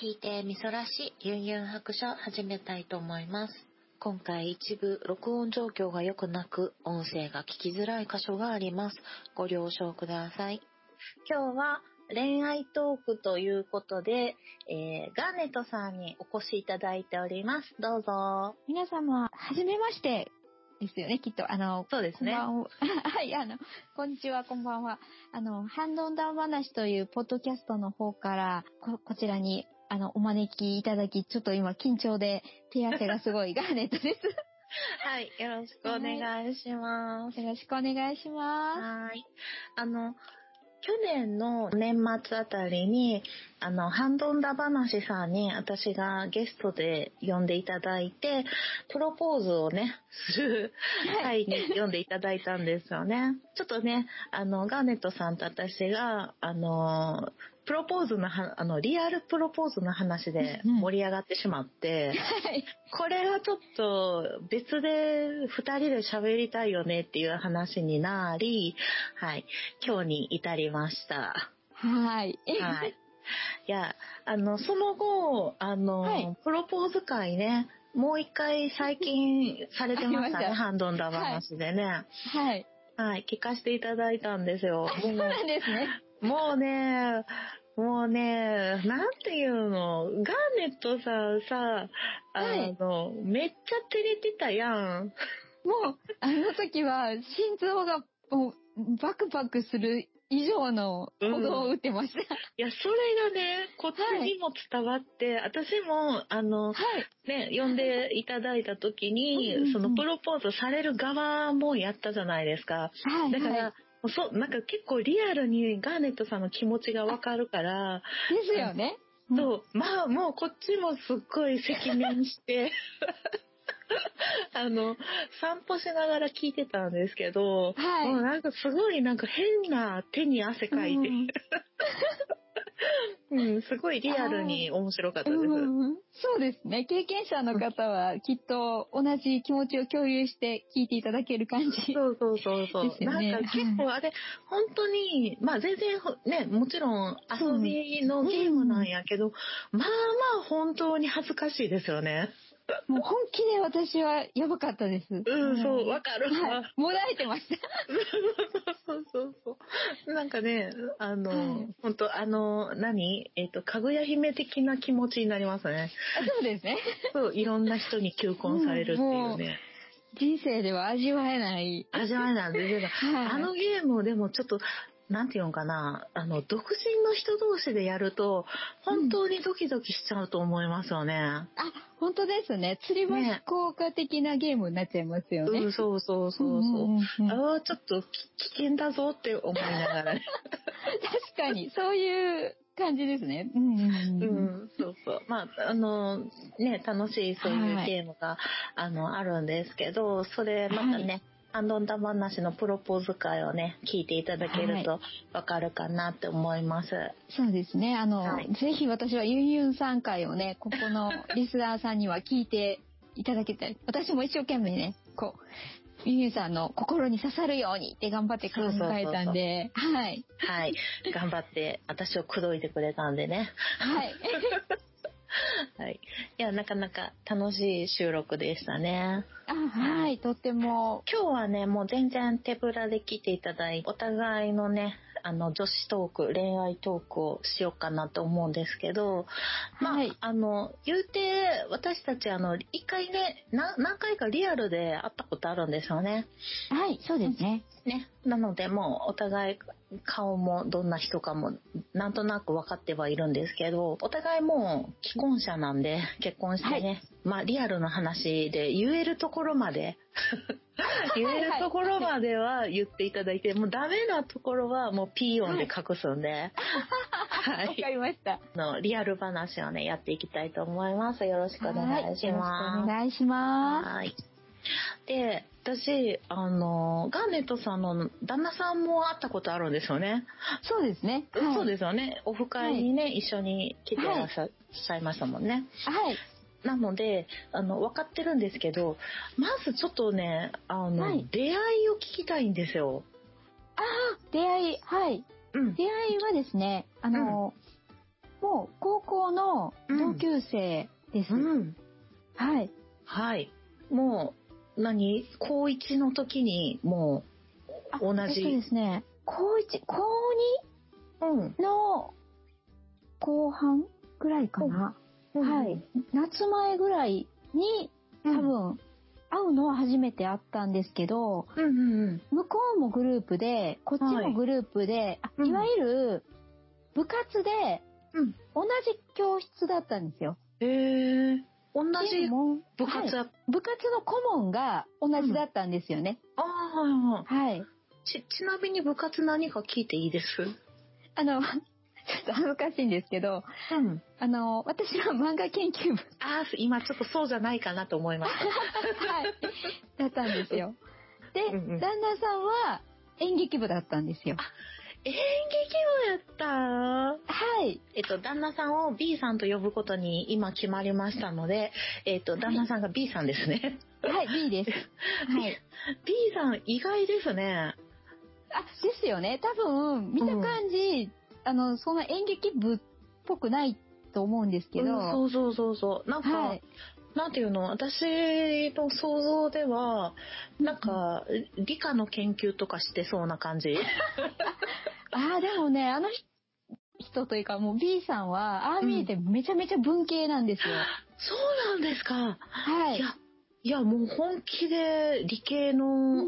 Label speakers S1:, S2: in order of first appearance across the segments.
S1: 聞いてみそらしゆんゆん白書始めたいと思います。今回一部録音状況が良くなく音声が聞きづらい箇所があります。ご了承ください。今日は恋愛トークということで、えーガーネットさんにお越しいただいております。どうぞ。
S2: 皆様、はじめましてですよね、きっと。あの、
S1: そうです
S2: こん
S1: ね
S2: ば。んは。 はい、あの、こんにちは、こんばんは。あの、ハンドンダン話というポッドキャストの方から、こ、こちらに、あの、お招きいただき、ちょっと今緊張で手汗がすごいガーネッ トです。
S1: はい、よろしくお願いします。
S2: よろしくお願いしま
S1: はい。あの、去年の年末あたりに、あの、ハンドンダ話さんに私がゲストで呼んでいただいて、プロポーズをね、する回に呼んでいただいたんですよね。ちょっとね、あの、ガーネットさんと私が、あの、プロポーズのは、あの、リアルプロポーズの話で盛り上がってしまって、
S2: す。はい。
S1: これはちょっと別で二人で喋りたいよねっていう話になり、はい、今日に至りました。
S2: はい。
S1: はい。いや、あの、その後、あの、
S2: はい
S1: プロポーズ会ね、もう一回最近されてました
S2: ありま
S1: ね、
S2: した
S1: ハンドンダ話でね。はい、
S2: はい。
S1: 聞かせていただいたんです よ。
S2: そうなんですね。
S1: もうね、もうね、なんていうの、ガーネットさんさ、あの、めっちゃ照れてたやん。
S2: もう、あの時は、心臓が、もう、バクバクする以上のほどを打ってました。
S1: いや、それがね、こっちにも伝わって、私も、あの、
S2: はい。
S1: ね、呼んでいただいた時に、
S2: うんうんうん
S1: そのプロポーズされる側もやったじゃないですか。
S2: はい。
S1: だから、
S2: はい
S1: もうそう、なんか結構リアルにガーネットさんの気持ちがわかるから、
S2: ですよね。
S1: そう、まあもうこっちもすっごい赤面 して、あの、散歩しながら聞いてたんですけど、
S2: はい
S1: もうなんかすごいなんか変な手に汗かいて、
S2: うん
S1: うん、すごいリアルに面白かった
S2: う
S1: です。
S2: んうんうんそうですね。経験者の方はきっと同じ気持ちを共有して聞いていただける感じ。
S1: そうそうそうそう、
S2: ですよ
S1: な
S2: ね
S1: んか結構あれ、本当に、まあ全然ほね、もちろん遊びのゲームなんやけど、まあまあ本当に恥ずかしいですよね。
S2: もう本気で私はやばかったです。
S1: うん、そう、
S2: は
S1: わかるわ。
S2: い。もらえてました。
S1: そうそうそう。なんかね、あ
S2: は
S1: の、
S2: い
S1: 本当あの、何えっ、と、かぐや姫的な気持ちになりますね。
S2: あそうですね。
S1: そう、いろんな人に求婚されるっていうね。
S2: 人生では味わえない。
S1: 味わいなんですけど、
S2: はい
S1: あのゲームをでもちょっと、なんていうのかな、あの、独身の人同士でやると、本当にドキドキしちゃうと思いますよね。
S2: あ、本当ですね。吊り橋効果的なゲームになっちゃいますよ
S1: う
S2: ね
S1: ん、。そうそうそう
S2: うんうんうん
S1: そう。ああ、ちょっとき危険だぞって思いながらね。
S2: 確かに、そういう感じですね。うんうん
S1: う
S2: うん。
S1: ん、そうそう。まあ、あの、ね、楽しいそうい
S2: は
S1: う
S2: い
S1: ゲームが、あの、あるんですけど、それまた
S2: は
S1: ね、ハンドンダ話のプロポーズ会をね、聞いていただけるとわかるかなって思います。
S2: そうですね。あの、
S1: はい
S2: ぜひ私はユンユンさん会をね、ここ のリスナーさんには聞いていただきたい。私も一生懸命ね、こう、ユンユンさんの心に刺さるようにって頑張って考えたんで、はい。
S1: はい。頑張って、私を口説いてくれたんでね。
S2: はい。
S1: はい。いや、なかなか楽しい収録でしたね。
S2: あはい、とっても、
S1: 今日はね、もう全然手ぶらで来ていただいて、お互いのね、あの、女子トーク、恋愛トークをしようかなと思うんですけど、まあ、
S2: はい
S1: あの、言うて、私たち、あの、一回ね、な何回かリアルで会ったことあるんですよね。
S2: はい、そうですね。
S1: ね。なので、もう、お互い、顔もどんな人かも、なんとなく分かってはいるんですけど、お互いもう、既婚者なんで、結婚してね、
S2: は
S1: まあ、リアルな話で、言えるところま で、言えるところまでは言っていただいて、もうダメなところはもうピー音で隠すんで、は
S2: わか
S1: い。
S2: りました。
S1: あの、リアル話をね、やっていきたいと思います。よろしくお願いします。
S2: はいよろしくお願いしま
S1: はい。で、私、あの、ガーネットさんの旦那さんも会ったことあるんですよね。
S2: す。そうですね。はい、
S1: そうですよね。オフ会にね、一緒に来ていらっしゃ,、いましたもんね。
S2: はい。
S1: なので、あの、分かってるんですけど、まずちょっとね、あの、
S2: はい
S1: 出会いを聞きたいんですよ。
S2: あ出会い、はい。
S1: うん。
S2: 出会いはですね、あの、もう高校の同級生です。
S1: うん。
S2: はい。
S1: はい。もう、何高一の時に、も
S2: あ
S1: 同じ
S2: えっとですね、高1、高
S1: う、うん。
S2: 2の後半ぐらいかな。はい。夏前ぐらいに多
S1: うん。
S2: 分会うのは初めて会ったんですけど、
S1: うんうんうん。
S2: 向こうもグループで、こっちもグループで、あ
S1: うん
S2: いわゆる部活で
S1: うん。
S2: 同じ教室だったんですよ。
S1: えー、同
S2: で
S1: じ
S2: も
S1: 部活
S2: はい
S1: だ、
S2: 部活の顧問が同じだったんですよね。
S1: ああ、はいはい。
S2: はい。
S1: ち、ちなみに部活何か聞いていいです
S2: あの、ちょ っと恥ずかしいんですけど、
S1: うん。
S2: あの、私は漫画研究部、
S1: ああ、今ちょっとそうじゃないかなと思いまし
S2: はい、だったんです よ。で、
S1: うんうん
S2: 旦那さんは演劇部だったんですよ。
S1: た。 演劇部やった
S2: はい。
S1: えっと、旦那さんを B さんと呼ぶことに今決まりましたので、えっと、旦那さんが B さんです ね。
S2: はい、B です。はい。
S1: B さん意外ですね。
S2: あ、ですよね。多分、見た感じ、あの、そんな演劇部っぽくないと思うんですけど、
S1: うんそうそうそうそう。なんか、
S2: はい。
S1: なんていうの、私の想像では、なんか、理科の研究とかして そうな感じ。
S2: ああ、でもね、あの人人というか、もう B さんは、ああ見えてめちゃめちゃ文系なんですよ。
S1: そうなんですか。
S2: はいい。
S1: や、いや、もう本気で理系
S2: うん
S1: の
S2: う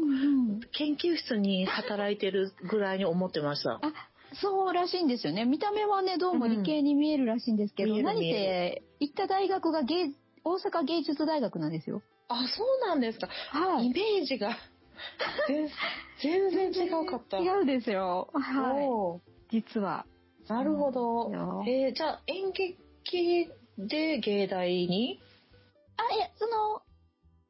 S2: ん
S1: 研究室に働いてるぐらいに思ってました。
S2: そうらしいんですよね。見た目はね、どうも理系に見えるらしいんですけど、
S1: うんうん
S2: 何
S1: 見え
S2: せ、行った大学が芸、大阪芸術大学なんですよ。
S1: あ、そうなんですか。
S2: は
S1: イ
S2: い。
S1: メージが全全然違うかった。
S2: 違うですよ。は
S1: おー
S2: い。実は。
S1: なるほ
S2: そうな
S1: ど
S2: ん。
S1: え
S2: です
S1: ー、じゃあ演劇で芸大に
S2: あ、いや、その、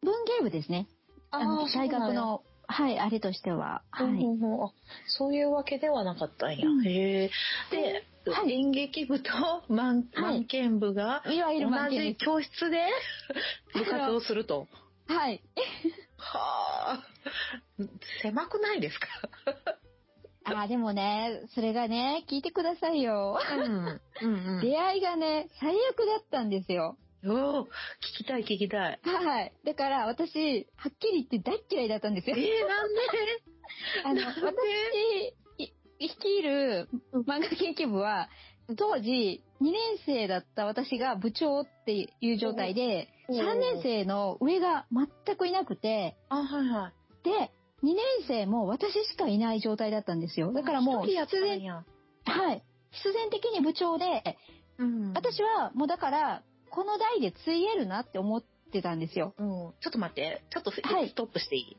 S2: 文芸部ですね。あの、大学。の、はい、あれとしては。
S1: そ
S2: は
S1: うなんや
S2: い。
S1: うんうんうんあそういうわけではなかったんや。
S2: うん
S1: へえ。で、
S2: はい
S1: 演劇部と 漫
S2: はい
S1: 漫研部が
S2: いわゆ
S1: 同
S2: る文系
S1: じ
S2: で
S1: 教室で 部活をすると。
S2: す。はい。
S1: はあ。狭くないですか
S2: あ、でもね、それがね、聞いてくださいよ。
S1: うん。うんうん。
S2: 出会いがね、最悪だったんですよ。
S1: おー聞きたい聞きたい。
S2: はい。だから私、はっきり言って大っ嫌いだったんです
S1: え
S2: よ
S1: ー、。なんで
S2: あの、
S1: なん
S2: 私
S1: で、
S2: い率いる漫画研究部は、当時、2年生だった私が部長っていう状態で、
S1: おお
S2: 3年生の上が全くいなくて、
S1: あ、はいはい。
S2: で、2年生も私しかいない状態だったんですよ。だからもう、
S1: 一人やった
S2: 必
S1: ん
S2: 然、
S1: や。
S2: はい。必然的に部長で、
S1: うん
S2: 私はもうだから、この代でついえるなって思ってたんですよ。
S1: うん、ちょっと待って、ちょっとス
S2: はい
S1: トップしていい、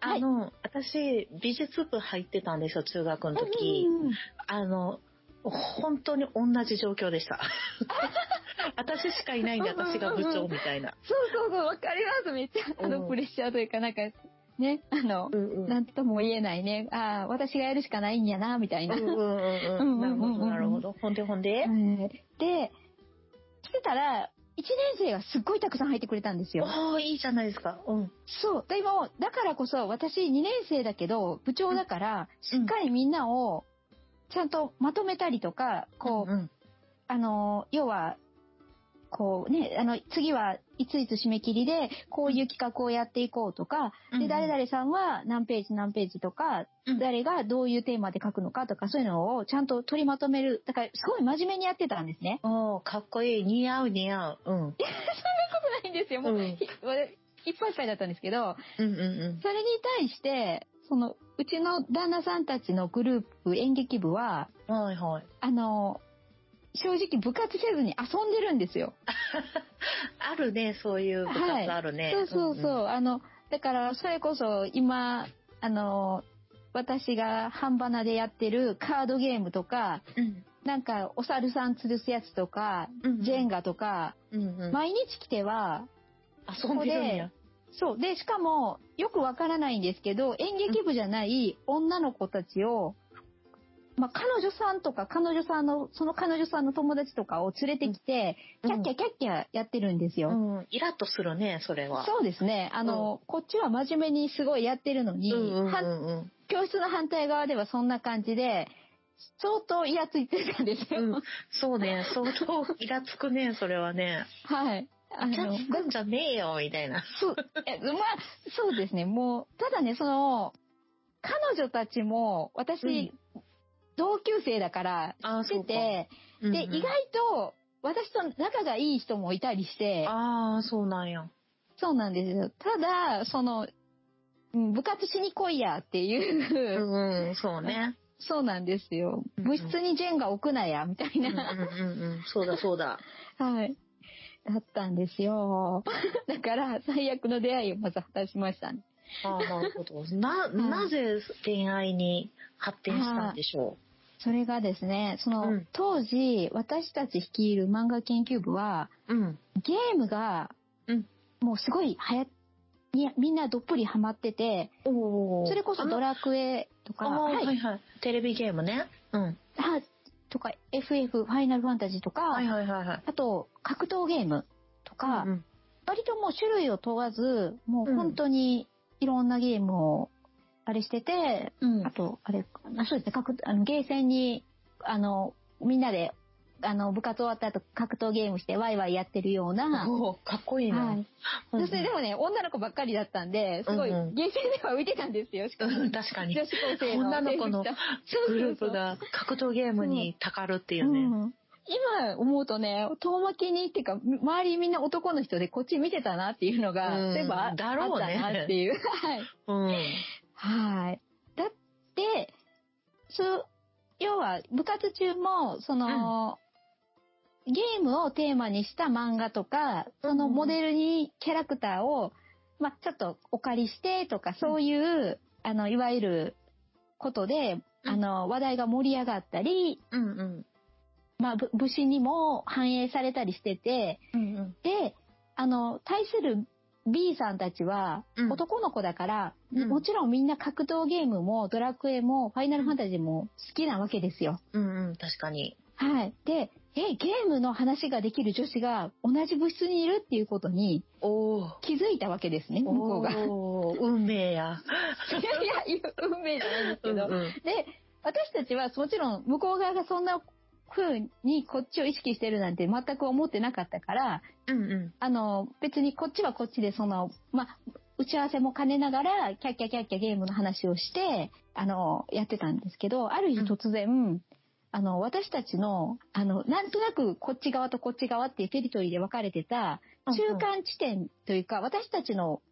S2: はい
S1: あの、私、美術部入ってたんですよ、中学の時。
S2: うんうんうん
S1: あの、本当に同じ状況で した。私しかいないんで、
S2: うんうんうん
S1: 私が部長みたいな。
S2: そうそうそう、わかります、めっちゃ。あ
S1: う
S2: の、
S1: ん
S2: プレッシャーというか、なんか、ね、あの、
S1: うんうん。
S2: なんとも言えないね。ああ、私がやるしかないんやな、みたいな。
S1: うん うんうんうん。なるほど、なるほど。ほんでほんで。
S2: うんで、してたら、1年生がすっごいたくさん入ってくれたんですよ。
S1: おー、いいじゃないですか。うん。
S2: そう。でも、だからこそ、私2年生だけど、部長だから、しっかりみんなを、ちゃんとまとめたりとか、こう、
S1: うん。
S2: あの、要は、こうね、あの、次はいついつ締め切りで、こういう企画をやっていこうとか、で、誰々さんは何ページ何ページとか、
S1: うん
S2: 誰がどういうテーマで書くのかとか、そういうのをちゃんと取りまとめる。だから、すごい真面目にやってたんですね。
S1: おー、かっこいい。似合う、似合う。うん。
S2: ないんですよ。
S1: う
S2: も
S1: ん。
S2: う、
S1: う
S2: い
S1: ん
S2: いっぱいいっぱいだったんですけど、
S1: うんうん。
S2: それに対して、その、うちの旦那さんたちのグループ、演劇部は、
S1: はいはい。
S2: あの、正直部活せずに遊んでるんですよ。
S1: あるね、そういう部活あるね。
S2: そうそうそう。
S1: んん。
S2: あの、だから、それこそ今、あの、私が半端なでやってるカードゲームとか、
S1: うん
S2: なんか、お猿さん吊るすやつとか、
S1: うん
S2: ジェンガとか、
S1: うんうん、
S2: 毎日来ては、
S1: 遊んでるんや。
S2: そう。で、しかも、よくわからないんですけど、演劇部じゃない女の子たちを、まあ、彼女さんとか、彼女さんの、その彼女さんの友達とかを連れてきて、
S1: うん
S2: キャッキャキャッキャやってるんですよ。
S1: うん、イラッとするね、それは。
S2: そうですね。あの、こっちは真面目にすごいやってるのに、
S1: うんうんう
S2: 反
S1: んうん。
S2: 教室の反対側ではそんな感じで、相当イラついてたんですよ。
S1: うんそうね、相当イラつくね、それはね。
S2: はい。あ
S1: じゃあ
S2: の、
S1: つくんじゃねえよ、みたいな。
S2: そう、えまあ、そうですね。もう、ただね、その、彼女たちも、私、
S1: うん
S2: 同級生だから、
S1: あー
S2: 知ってて、
S1: うんうん
S2: で、意外と、私と仲がいい人もいたりして、
S1: ああ、そうなんや。
S2: そうなんですよ。ただ、その、うん部活しに来いやって
S1: う
S2: いう、
S1: ん、うん、そうね。
S2: そうなんですよ。
S1: うん
S2: 部室にジェンガ置くなや、みたい
S1: うんうん
S2: な、
S1: うんうん、そうだそうだ。
S2: はい。だったんですよ。だから、最悪の出会いをまず果たしましたね。
S1: ああ、なるほど。な、なぜ恋愛に発展したんでしょ
S2: それがですね、その、
S1: うん
S2: 当時、私たち率いる漫画研究部は、
S1: う。うん。
S2: ゲームが、
S1: うん
S2: もうすごい流行っみみんなどっぷりハマってて、
S1: おお。
S2: それこそド
S1: ラ
S2: ラクエとか、
S1: あのあー、
S2: は
S1: はいいはい。テレビゲームね。うん。
S2: あとか FF、ファイナルファンタジーとか、
S1: はいはいはいはい。
S2: あと格闘ゲームとか、
S1: うんうん
S2: 割ともう種類を問わず、もう本当にいろんなゲームをあれしてて、
S1: うん
S2: あと、あれ、あそうですね、格あのゲーセンに、あの、みんなで、あの、部活終わった後格闘ゲームしてワイワイやってるような、
S1: おーかっこいいな。
S2: はい。
S1: うん
S2: そしてでもね、女の子ばっかりだったんで、すごい、
S1: う
S2: ゲ
S1: んう
S2: ー
S1: ん
S2: センでは浮いてたんですよ、しかも。
S1: うん確かに
S2: 女。子高生の
S1: 女の子の
S2: 制服着た
S1: グルー
S2: そうそう
S1: プ
S2: そう
S1: が格闘ゲームにたかるっていう
S2: う
S1: ね。
S2: ん今思うとね、遠巻きにっていうか、周りみんな男の人でこっち見てたなっていうのが、
S1: うん
S2: そういえばあ
S1: だろうね
S2: あったなっていう。 はい。
S1: うん。
S2: はい。だって、そう、要は部活中も、その、ゲームをテーマにした漫画とか、そのモデルにキャラクターを、まあ、ちょっとお借りしてとか、そういう、あの、いわゆることで、
S1: うん
S2: あの、話題が盛り上がったり、
S1: うんうん。
S2: まあ、ぶ武士にも反映されたりしてて、
S1: うんうん。
S2: で、あの、対する B さんたちは
S1: うん
S2: 男の子だから、
S1: うん
S2: もちろんみんな格闘ゲームもドラクエもファイナルファンタジーも好きなわけですよ。
S1: うんうん、確かに。
S2: はい。で、え、ゲームの話ができる女子が同じ部室にいるっていうことに
S1: おー
S2: 気づいたわけですね、向こ うが。いや
S1: おー運命や。
S2: いや、運命じゃないんですけ
S1: うんう
S2: ど。
S1: ん。
S2: で、私たちはもちろん向こう側がそんな風にこっちを意識してるなんて全く思ってなかったから、
S1: うんうん。
S2: あの、別にこっちはこっちでその、まあ、打ち合わせも兼ねながら、キャッキャキャッキャゲームの話をして、あの、やってたんですけど、ある日
S1: うん
S2: 突然、あの、私たちの、あの、なんとなくこっち側とこっち側っていうテリトリーで分かれてた、中間地点というか、私たちの、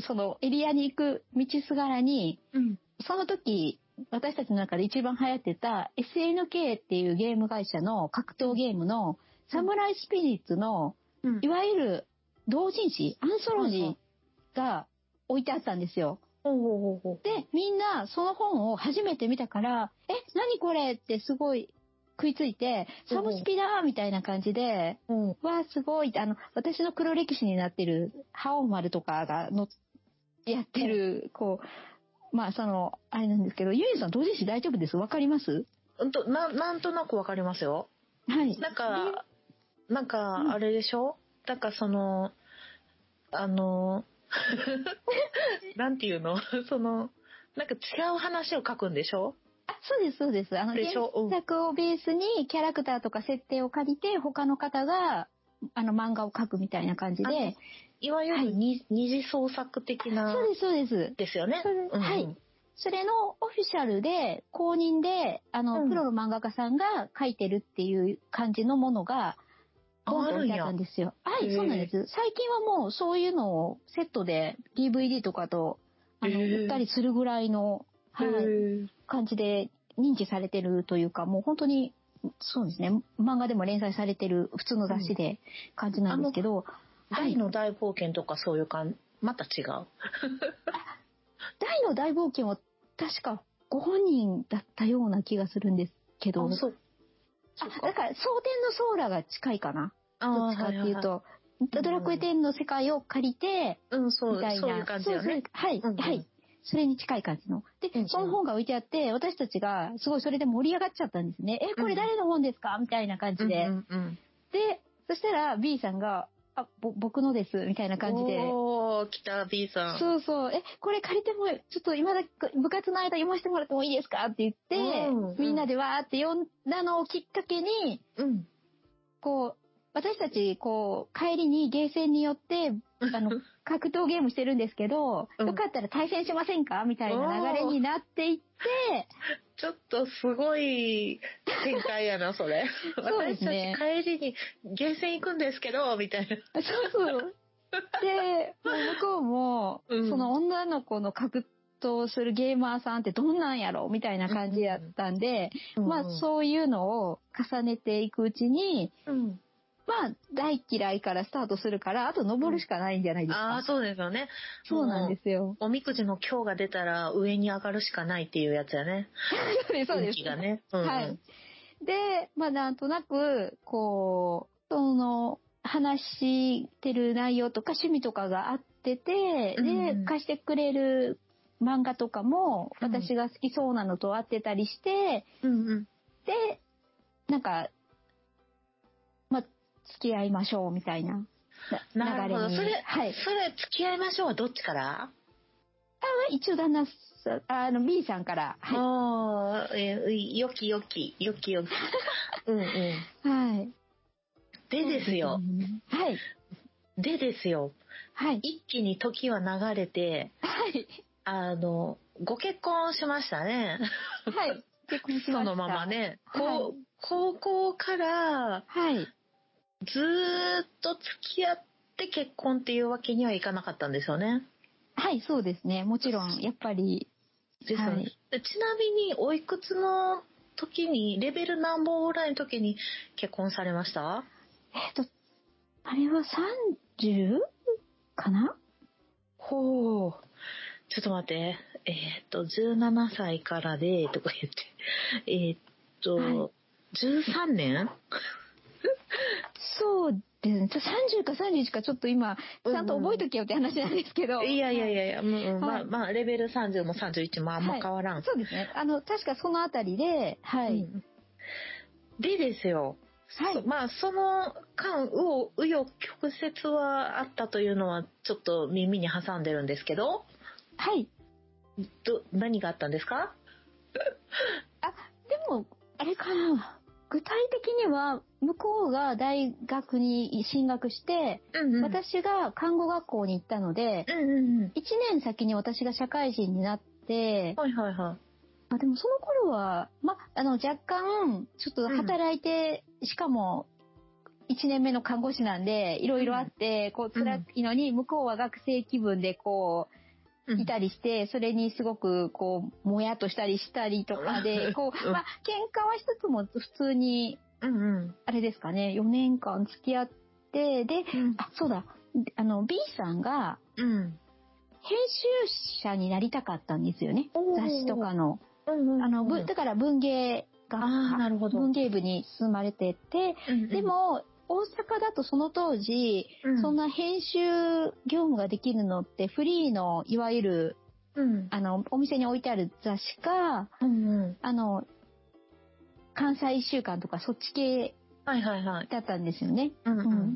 S2: そのエリアに行く道すがらに、
S1: うん。
S2: その時、私たちの中で一番流行ってた SNK っていうゲーム会社の格闘ゲームのサムライスピリッツの
S1: うん
S2: い。わゆる同人誌、アンソロジーが置いてあったんですよ。
S1: おーおーおーおー
S2: で、みんなその本を初めて見たから、え、何これってすごい食いついて、サムスピだーみたいな感じで、
S1: うん。
S2: わあすごいあの、私の黒歴史になってる、ハオマルとかがの、やってる、こう、まあその、あれなんですけど、ゆうじさん同人誌大丈夫ですわかります
S1: うんと、な、なんとなくわかりますよ。
S2: はい。
S1: なんか、なん
S2: うん
S1: か、あれでしょ、なんかその、あ の、なんていうのその、なんか違う話を書くんでしょ
S2: あそうです、そうです。あの、
S1: で
S2: 原
S1: しょうん
S2: 作をベースにキャラクターとか設定を借りて、他の方が、あの、漫画を描くみたいな感じ
S1: あの
S2: で。
S1: いわゆ
S2: は
S1: る
S2: い
S1: に、二次創作的な
S2: そうです、そうです。
S1: ですよね。
S2: そうですはいそれのオフィシャルで、公認で、あの、
S1: うん
S2: プロの漫画家さんが描いてるっていう感じのものが、どん
S1: あ
S2: ど
S1: る
S2: ん
S1: ん
S2: 出
S1: や
S2: たん。ですよ。はい、
S1: へー
S2: そうなんです。最近はもう、そういうのをセットで、DVD とかと、あの、
S1: へー
S2: 売ったりするぐらいの、は
S1: へ
S2: い、
S1: ー
S2: 感じで認知されてるというか、もう本当に、そうですね、漫画でも連載されてる普通の雑誌で感じなんですけど、は
S1: 大
S2: い、
S1: の大冒険とかそういう感じ。また違う。
S2: 大の大冒険は確かご本人だったような気がするんですけど、
S1: あそう。
S2: あ
S1: そう
S2: だから、蒼天のソーラが近いかな。
S1: あ
S2: ど
S1: ー
S2: っちかっていう
S1: はは
S2: と、ドラクエ10の世界を借りて、
S1: うん、そう、
S2: みたいな。
S1: そういう感じよ
S2: そう
S1: ね。
S2: そうはい、
S1: うんうん
S2: はい。それに近い感じの。で
S1: うんう、ん
S2: その本が置いてあって、私たちがすごいそれで盛り上がっちゃったんですね。え、これ誰の本ですかみたいな感じで。
S1: うんうんうん
S2: で、そしたら B さんが、あ、ぼ、僕のです、みたいな感じで。
S1: おー、来た B さん。
S2: そうそう。え、これ借りても、ちょっと今だけ、部活の間読ませてもらってもいいですかって言って、
S1: うんうん
S2: みんなでわーって読んだのをきっかけに、
S1: うん。
S2: こう、私たち、こう、帰りにゲーセンによって、あ の、格闘ゲームしてるんですけど、
S1: うん
S2: よかったら対戦しませんかみたいな流れになっていって、
S1: ちょっとすごい展開やな、それ。
S2: そうですね
S1: 私たち帰りにゲーセン行くんですけど、みたいな。
S2: そうそう。で、もう向こうも、
S1: うん
S2: その女の子の格闘するゲーマーさんってどんなんやろみたいな感じやったんで、まあそういうのを重ねていくうちに、
S1: うん。
S2: まあ大嫌いからスタートするから、あと登るしかないんじゃないです
S1: ああ、
S2: か。
S1: そうですよね。
S2: そうなんです よ。
S1: おみくじの今日が出たら上に上がるしかないっていうやつやね。
S2: そうです、そうで
S1: 運
S2: す
S1: 気。がね。うんうん
S2: はい。。で、まあなんとなく、こう、その、話してる内容とか趣味とかがあってて、
S1: うんうん
S2: で、貸してくれる漫画とかも、
S1: うん
S2: 私が好きそうなのと合ってたりして、
S1: うんうん。
S2: で、なんか、まあ、付き合いましょうみたいなな
S1: なるほど。
S2: 流れに。
S1: それ、
S2: はい。ま
S1: それ、付き合いましょうはどっちから
S2: あ一応旦那さん、あの、B さんから、はい。
S1: ああ、えー、よきよき、よきよ き。うんうん。
S2: はい。
S1: でですよ。
S2: はい。
S1: でですよ。
S2: はい。
S1: 一気に時は流れて、
S2: はい。
S1: あの、ご結婚しましたね。
S2: はい。結婚し
S1: そ
S2: ました。
S1: のまま ね。
S2: は
S1: こう高校から
S2: はい。
S1: ずーっと付き合って結婚っていうわけにはいかなかったんですよね。
S2: はい、そうですね。もちろ ん、やっぱり、
S1: ですよね
S2: はい
S1: でちなみに、おいくつの時に、レベル何本ぐらいの時に結婚されました
S2: えっと、あれは 30? かな
S1: ほう。ちょっと待って。えーっと、17歳からで、とか言って。えーっと、
S2: は
S1: 13年
S2: そうですね。ちょ30か31かちょっと今、
S1: うんうん
S2: ちゃんと覚えとけよって話なんですけど。
S1: いやいやい
S2: や。
S1: やいや、うんうんま
S2: は
S1: あ
S2: い
S1: まあ、レベル30も31もあんま変わらん。
S2: そうですね。あの、確かそのあたりで、は
S1: う
S2: い。
S1: んでですよ。
S2: はい
S1: そまあ、その間、うお、うよ曲折はあったというのは、ちょっと耳に挟んでるんですけど、
S2: はい。
S1: ど、何があったんですか
S2: でも、あれかな。具体的には、向こうが大学に進学して、
S1: うんうん。
S2: 私が看護学校に行ったので、
S1: うんうんうん。
S2: 1年先に私が社会人になって、
S1: はいはいはい。
S2: あでもその頃は、ま、あの、若干、ちょっと働いて、しかも、1年目の看護師なんで、いろいろあって、こう、辛いのに、向こうは学生気分で、こ
S1: う
S2: う、
S1: ん
S2: いたりして、それにすごく、こう、もやっとしたりしたりとか
S1: う
S2: で、
S1: ん
S2: こ
S1: う
S2: う、
S1: ん
S2: まあ、喧嘩はしつつも、普通に、
S1: うんうん。
S2: あれですかね、4年間付き合って、で、
S1: うん
S2: あ、そうだ、あの、B さんが、
S1: うん。
S2: 編集者になりたかったんですよね。
S1: おー
S2: 雑誌とかの。
S1: うん
S2: あの、ぶだから文芸が、
S1: ああ、なるほど。
S2: 文芸部に進まれてて、でも、大阪だとその当時、
S1: うん、
S2: そんな編集業務ができるのって、フリーの、いわゆる、
S1: うん、
S2: あの、お店に置いてある雑誌か、
S1: うんうん。
S2: あの、関西一週間とかそっち系
S1: はいはいはい。
S2: だったんですよね。
S1: うんうんうん。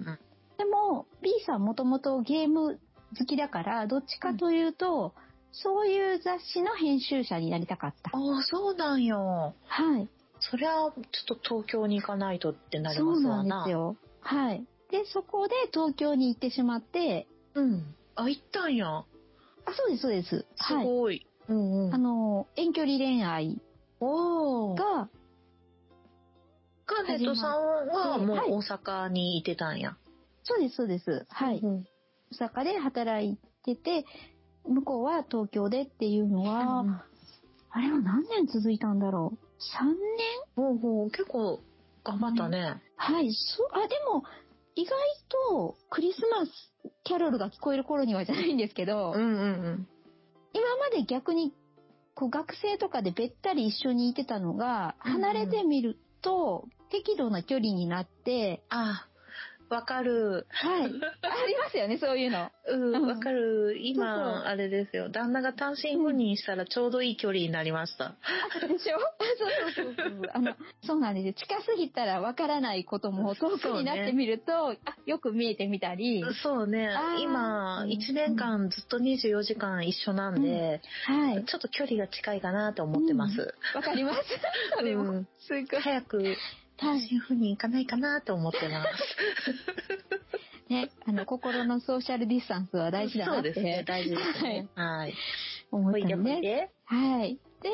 S2: でも、B さんもともとゲーム好きだから、どっちかというと、そういう雑誌の編集者になりたかった。
S1: ああ、そうなんよ。
S2: はい。
S1: そりゃ、ちょっと東京に行かないとってなり
S2: そ
S1: ま
S2: う
S1: す
S2: な
S1: わ
S2: んで
S1: な。
S2: すよ。はい。で、そこで東京に行ってしまって、
S1: うん。あ、行ったんや。
S2: あ、そうです、そうです。
S1: す
S2: はい。
S1: ごい。うんう
S2: あ
S1: ん。
S2: の、遠距離恋愛
S1: おお。
S2: が、
S1: カーネットさんは
S2: 始ま
S1: も
S2: って
S1: う大阪にいてたんや。
S2: そうです、そうです。はい。
S1: うん
S2: 大阪で働いてて、向こうは東京でっていうのは、あれは何年続いたんだろう。3年
S1: ほうほう、結構頑張ったね。
S2: はい。そう、あ、でも、意外とクリスマスキャロルが聞こえる頃にはじゃないんですけど、
S1: んうん
S2: 今まで逆にこう学生とかでべったり一緒にいてたのが
S1: うんうん
S2: 離れてみると適度な距離になって
S1: あわかる。
S2: はい。ありますよね、そういうの。
S1: う、
S2: うんん
S1: わかる。
S2: そうそう
S1: 今、あれですよ。旦那が単身赴任したらちょうどいい距離になりました。
S2: でしょそうそうそうそう。あの、そうなんですよ。近すぎたらわからないことも
S1: そう
S2: 遠くになってみると、あ、よく見えてみたり。は
S1: そうね
S2: あ。ー
S1: 今、
S2: うん
S1: 1年間ずっと24時間一緒なんで、
S2: い。
S1: ちょっと距離が近いかなと思ってます。
S2: わかります。 それ
S1: う
S2: も。
S1: ん
S2: すごい。
S1: 早く単身赴任行かないかなと思ってます。
S2: ね、あの、心のソーシャルディスタンスは大事だな
S1: そ
S2: っ
S1: うですね。
S2: て
S1: 大事ですね。はい。
S2: 思っ
S1: ほい
S2: た
S1: で
S2: の
S1: ほい
S2: ね。
S1: で。
S2: はい。で、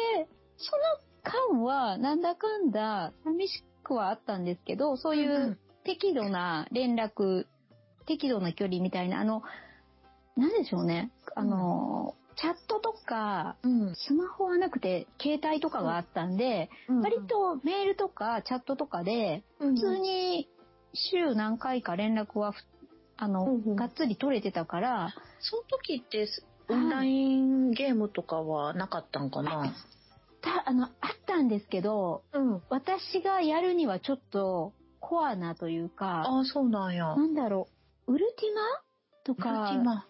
S2: その間は、なんだかんだ、寂しくはあったんですけど、そうい
S1: うんうん
S2: う適度な連絡、適度な距離みたいな、あの、なんでしょうね。あの、チャットとか、
S1: うん。
S2: スマホはなくて、携帯とかがあったんで、割とメールとかチャットとかで、
S1: 普
S2: 普通に週何回か連絡はふ、あの、
S1: うんうん
S2: がっつり取れてたから、
S1: その時って、オンラインゲームとかはなかったんかな、
S2: た、あの、あったんですけど、
S1: うん。
S2: 私がやるにはちょっとコアなというか、
S1: ああ、そうなんや。
S2: なんだろう、ウルティマとか、ウ
S1: 今。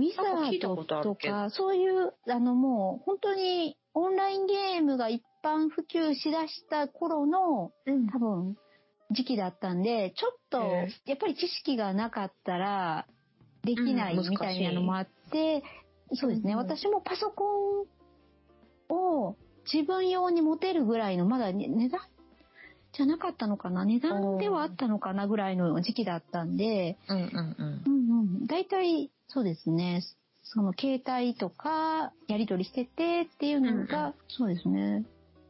S2: ィザ
S1: なんか聞い
S2: ー
S1: た
S2: ド
S1: ことあ
S2: と
S1: るけど
S2: か、そういう、あのもう本当にオンラインゲームが一般普及しだした頃の
S1: うん
S2: 多分時期だったんで、ちょっと
S1: へ
S2: やっぱり知識がなかったらできない
S1: うん難しい
S2: みたいなのもあって、そうですね、
S1: うん
S2: 私もパソコンを自分用に持てるぐらいの、まだね値段じゃなかったのかな値段ではあったのかなぐらいの時期だったんで、
S1: うんうん
S2: うんうん、大体そうですね、その携帯とかやり取りしててっていうのが、
S1: うんう
S2: そうですね、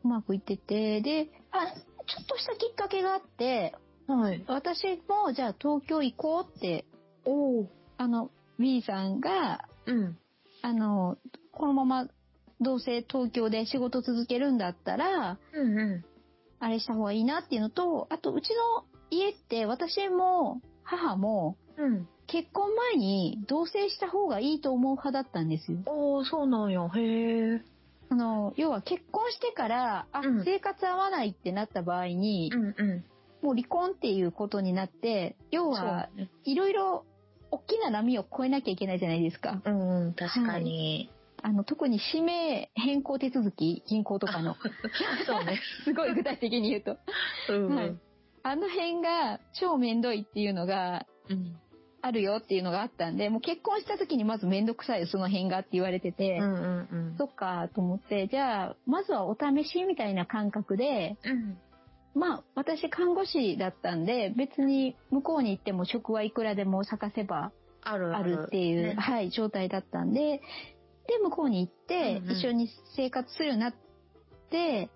S2: うまくいってて、で、あ、ちょっとしたきっかけがあって、
S1: うん。はい。
S2: 私もじゃあ東京行こうって、
S1: おお。
S2: あの、B さんが、
S1: うん。
S2: あの、このままどうせ東京で仕事続けるんだったら、
S1: うんう
S2: あれした方がいいなっていうのと、あとうちの家って私も母も
S1: ん。うん。
S2: 結婚前に同棲した方がいいと思う派だったんですよ。
S1: おお、そうなんや。へえ。
S2: あの、要は結婚してから、あ、
S1: うん
S2: 生活合わないってなった場合に、
S1: んうん。
S2: もう離婚っていうことになって、要は、
S1: そう。
S2: いろいろ大きな波を越えなきゃいけないじゃないですか。
S1: うんうん、確かに。
S2: あの、特に氏名変更手続き、銀行とかの、
S1: そうね。
S2: すごい具体的に言うと。
S1: うん、
S2: はい あの辺が超めんどいっていうのが
S1: うん。
S2: あるよっていうのがあったんで、もう結婚した時にまずめんどくさいよ、その辺がって言われてて。
S1: うんうんうん。
S2: そっかと思って、じゃあ、まずはお試しみたいな感覚で、
S1: うん。
S2: まあ、私看護師だったんで、別に向こうに行っても職はいくらでも探せば
S1: ある
S2: あるっていう、
S1: ね
S2: はい、状態だったんで、で、向こうに行って
S1: うんうん、
S2: 一緒に生活するようになって、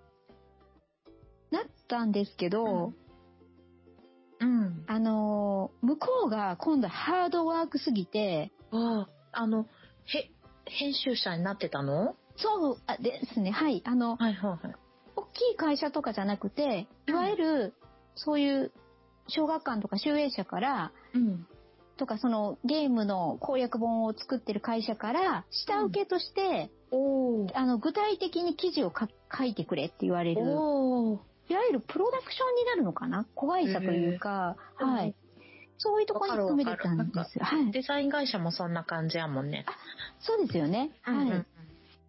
S2: なったんですけど、
S1: うん。
S2: あのー、向こうが今度ハードワークすぎて、
S1: ああ、あの、へ、編集者になってたの
S2: そう、あですね、はい、あの、
S1: はいはいはい。
S2: 大きい会社とかじゃなくて、
S1: う
S2: い
S1: ん
S2: わゆる、そういう、小学館とか集英社から、
S1: うん。
S2: とかそのゲームの攻略本を作ってる会社から、下請けとして、
S1: おお。
S2: あの、具体的に記事をか書いてくれって言われる、いわ
S1: おお。
S2: ゆるプロダクションになるのかな子会社というか、
S1: へー
S2: は
S1: うん
S2: い。そういうとこに勤めてたんですよ。はい。
S1: デザイン会社もそんな感じやもんね。
S2: そうですよね。はい。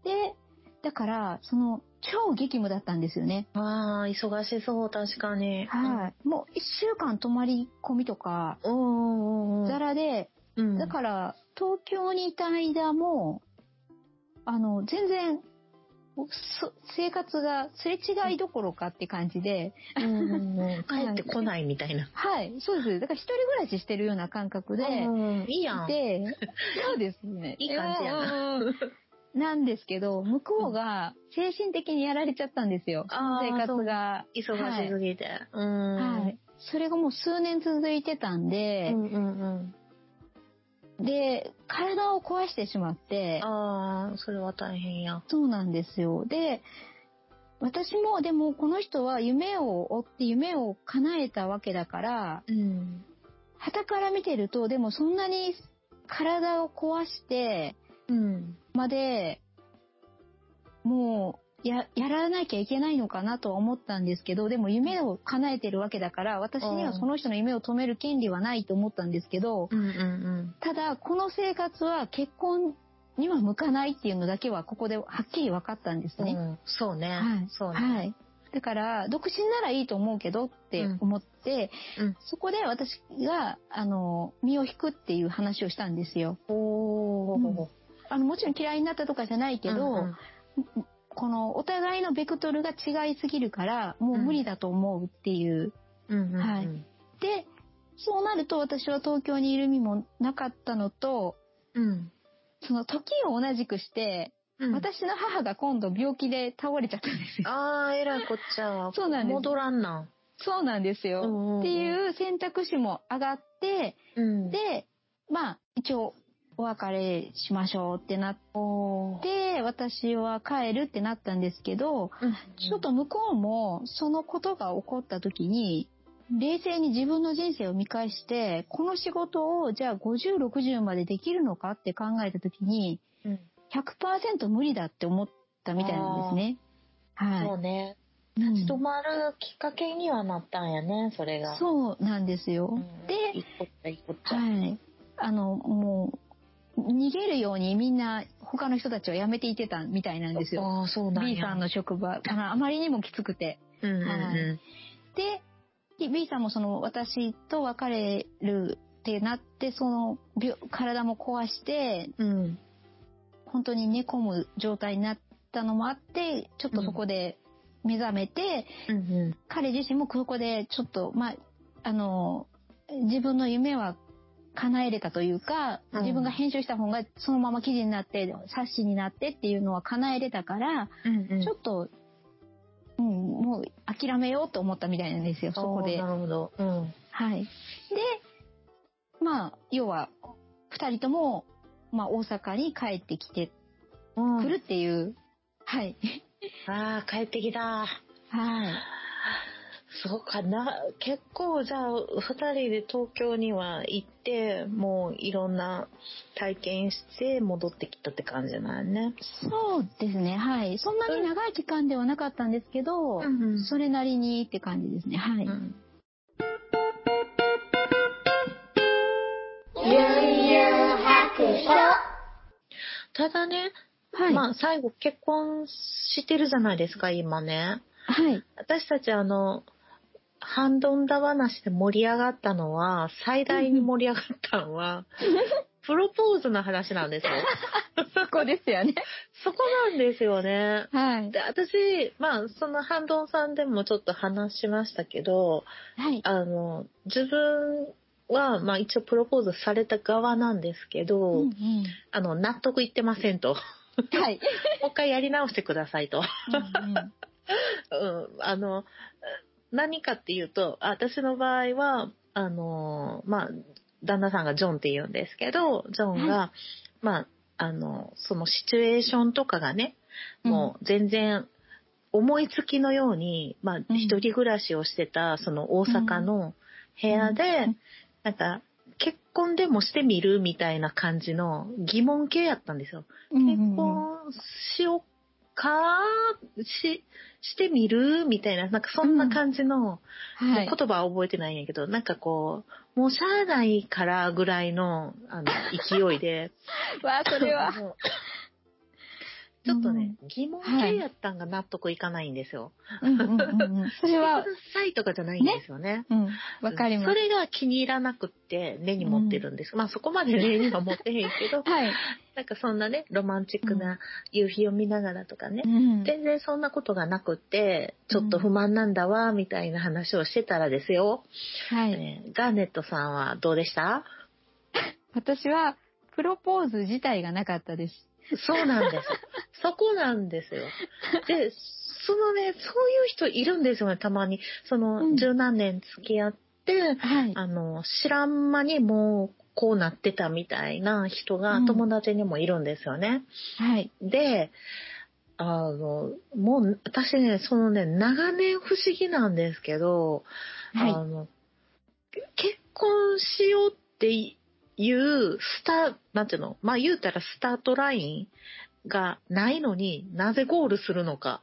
S2: で、だから、その、超激務だったんですよね。
S1: い。ああ、忙しそう、確かに。
S2: はい。もう一週間泊まり込みとか、
S1: い。おお。
S2: ザラで、
S1: うん。
S2: だから、東京にいた間も、あの、全然、そ生活がすれ違いどころかって感じで、
S1: うんうんうん帰ってこないみたいな。
S2: はい、そうです。だから一人暮らししてるような感覚で、
S1: うんいいやん。
S2: で、そうですね。
S1: いい感じやな
S2: うんうんうんなんですけど、向こうが精神的にやられちゃったんですよ。
S1: あー
S2: 生活が。
S1: 忙しすぎて。うん。
S2: はい。それがもう数年続いてたんで、
S1: うんうん
S2: で、体を壊してしまっ
S1: う
S2: て
S1: ん。、ああ、それは大変や。
S2: そうなんですよ。で、私も、でもこの人は夢を追って夢を叶えたわけだから、
S1: うん。
S2: 傍から見てると、でもそんなに体を壊して
S1: うん。
S2: まで、もうや、やらなきゃいけないのかなとは思ったんですけど、でも夢を叶えてるわけだから、私にはその人の夢を止める権利はないと思ったんですけど、
S1: うんうん
S2: ただ、この生活は結婚には向かないっていうのだけは、ここではっきり分かったんです
S1: うん。
S2: ね。
S1: うん、そうね。
S2: はい。
S1: そうね。
S2: はい。だから、独身ならいいと思うけどって思って、
S1: うんうん
S2: そこで私が、あの、身を引くっていう話をしたんですよ。
S1: おー。
S2: あの、もちろん嫌いになったとかじゃないけど、
S1: うん
S2: この、お互いのベクトルが違いすぎるから、もう無理だと思うっていう。
S1: うん、うんうんうん
S2: はいで、そうなると私は東京にいる身もなかったのと、
S1: うん。
S2: その時を同じくして、
S1: うん、
S2: 私の母が今度病気で倒れちゃったんですよ。
S1: あー、えらいこっちゃ。
S2: そうなんです
S1: 戻らんな。
S2: そうなんですよ。
S1: ん
S2: って
S1: う
S2: いう選択肢も上がって、
S1: ん。で、
S2: で、まあ、一応、お別れしましょうってなっ
S1: おー
S2: て、私は帰るってなったんですけど、ちょっ、と向こうも、そのことが起こった時に、冷静に自分の人生を見返して、この仕事を、じゃあ50、60までできるのかって考えた時に、
S1: うん
S2: 100%無理だって思ったみたいなんですね。はい。
S1: そうね。
S2: うん
S1: 止まるきっかけにはなったんやね、それが。
S2: そうなんですよ。
S1: うん
S2: で、
S1: いいこっちゃ、いいこっちゃ。
S2: はい。あの、もう、逃げるようにみんな他の人たちは辞めていってたみたいなんですよ。
S1: ああ、そうなんや。
S2: B さんの職場、あのあまりにもきつくて。
S1: うんうん
S2: は
S1: う
S2: で、B さんもその私と別れるってなって、その病体も壊して、
S1: ん。うん。
S2: 本当に寝込む状態になったのもあって、ちょっとそこで目覚めて、
S1: うんうん。
S2: 彼自身もここでちょっと、まあ、あの、自分の夢は叶えれたというか、
S1: うん
S2: 自分が編集した本がそのまま記事になって、冊子になってっていうのは叶えれたから、
S1: うんうん
S2: ちょっと、うん、もう諦めようと思ったみたいなんですよ、そこで。
S1: あーなるほど。うん。
S2: はい。で、まあ、要は、二人とも、まあ、大阪に帰ってきてくるっていう、はい。
S1: ああ、帰ってきた。
S2: はい。
S1: そうかな。結構じゃあ、二人で東京には行って、もういろんな体験して戻ってきたって感じなんやね。
S2: そうですね、はい。そんなに長い期間ではなかったんですけど、
S1: ん
S2: それなりにって感じですね。はい。
S1: ん。
S3: 悠々白書。
S1: ただね、
S2: はい。
S1: まあ最後結婚してるじゃないですか、今ね。
S2: はい。
S1: 私たちあの、ハンドンダ話で盛り上がったのは、最大に盛り上がったのは、プロポーズの話なん ですよ。
S2: そこですよね。
S1: そこなんですよね。
S2: はい。
S1: で、私、まあ、そのハンドンさんでもちょっと話しましたけど、
S2: はい。
S1: あの、自分は、まあ一応プロポーズされた側なんですけど、
S2: うんうん
S1: あの、納得いってません と。
S2: はい。
S1: もう一回やり直してくださいと。
S2: うんうん
S1: うん、あの、何かっていうと、私の場合は、あの、まあ、旦那さんがジョンって言うんですけど、ジョンが、まあ、あの、そのシチュエーションとかがね、もう全然思いつきのように、まあ、
S2: ん
S1: 一人暮らしをしてた、その大阪の部屋で、
S2: うん
S1: なんか、結婚でもしてみるみたいな感じの疑問系やったんですよ。
S2: うん
S1: 結婚しよっかし、してみるみたいな、なんかそんな感じの、
S2: うんはい。
S1: 言葉は覚えてないんやけど、なんかこう、もうしゃあないからぐらいの、あ の、勢いで。
S2: わあ、それは。
S1: もうちょっとね、疑問系やったんが納得いかないんですよ。
S2: うんうんうんうんそれは
S1: く、ださいとかじゃないんですよね。
S2: うん。わかりま
S1: そ
S2: す。、
S1: れが気に入らなくって根に持ってるんです。まあそこまで根には持ってへんけど
S2: はい。
S1: なんかそんなね、ロマンチックな夕日を見ながらとかね
S2: う、ん
S1: 全然そんなことがなくって、ちょっと不満なんだわ、みたいな話をしてたらですよ、
S2: はい。
S1: えーガーネットさんはどうでした
S2: 私は、プロポーズ自体がなかったです。
S1: そうなんです。 そこなんですよ。で、そのね、そういう人いるんですよね、たまに。そうの、
S2: ん
S1: 十何年付き合って、
S2: はい。
S1: あの、知らん間にもう、こうなってたみたいな人が
S2: うん
S1: 友達にもいるんですよね。
S2: はい。
S1: で、あの、もう、私ね、そのね、長年不思議なんですけど、あ
S2: は
S1: の、け結婚しようっていう、スター、なんていうのまあ言うたらスタートラインがないのになぜゴールするのか。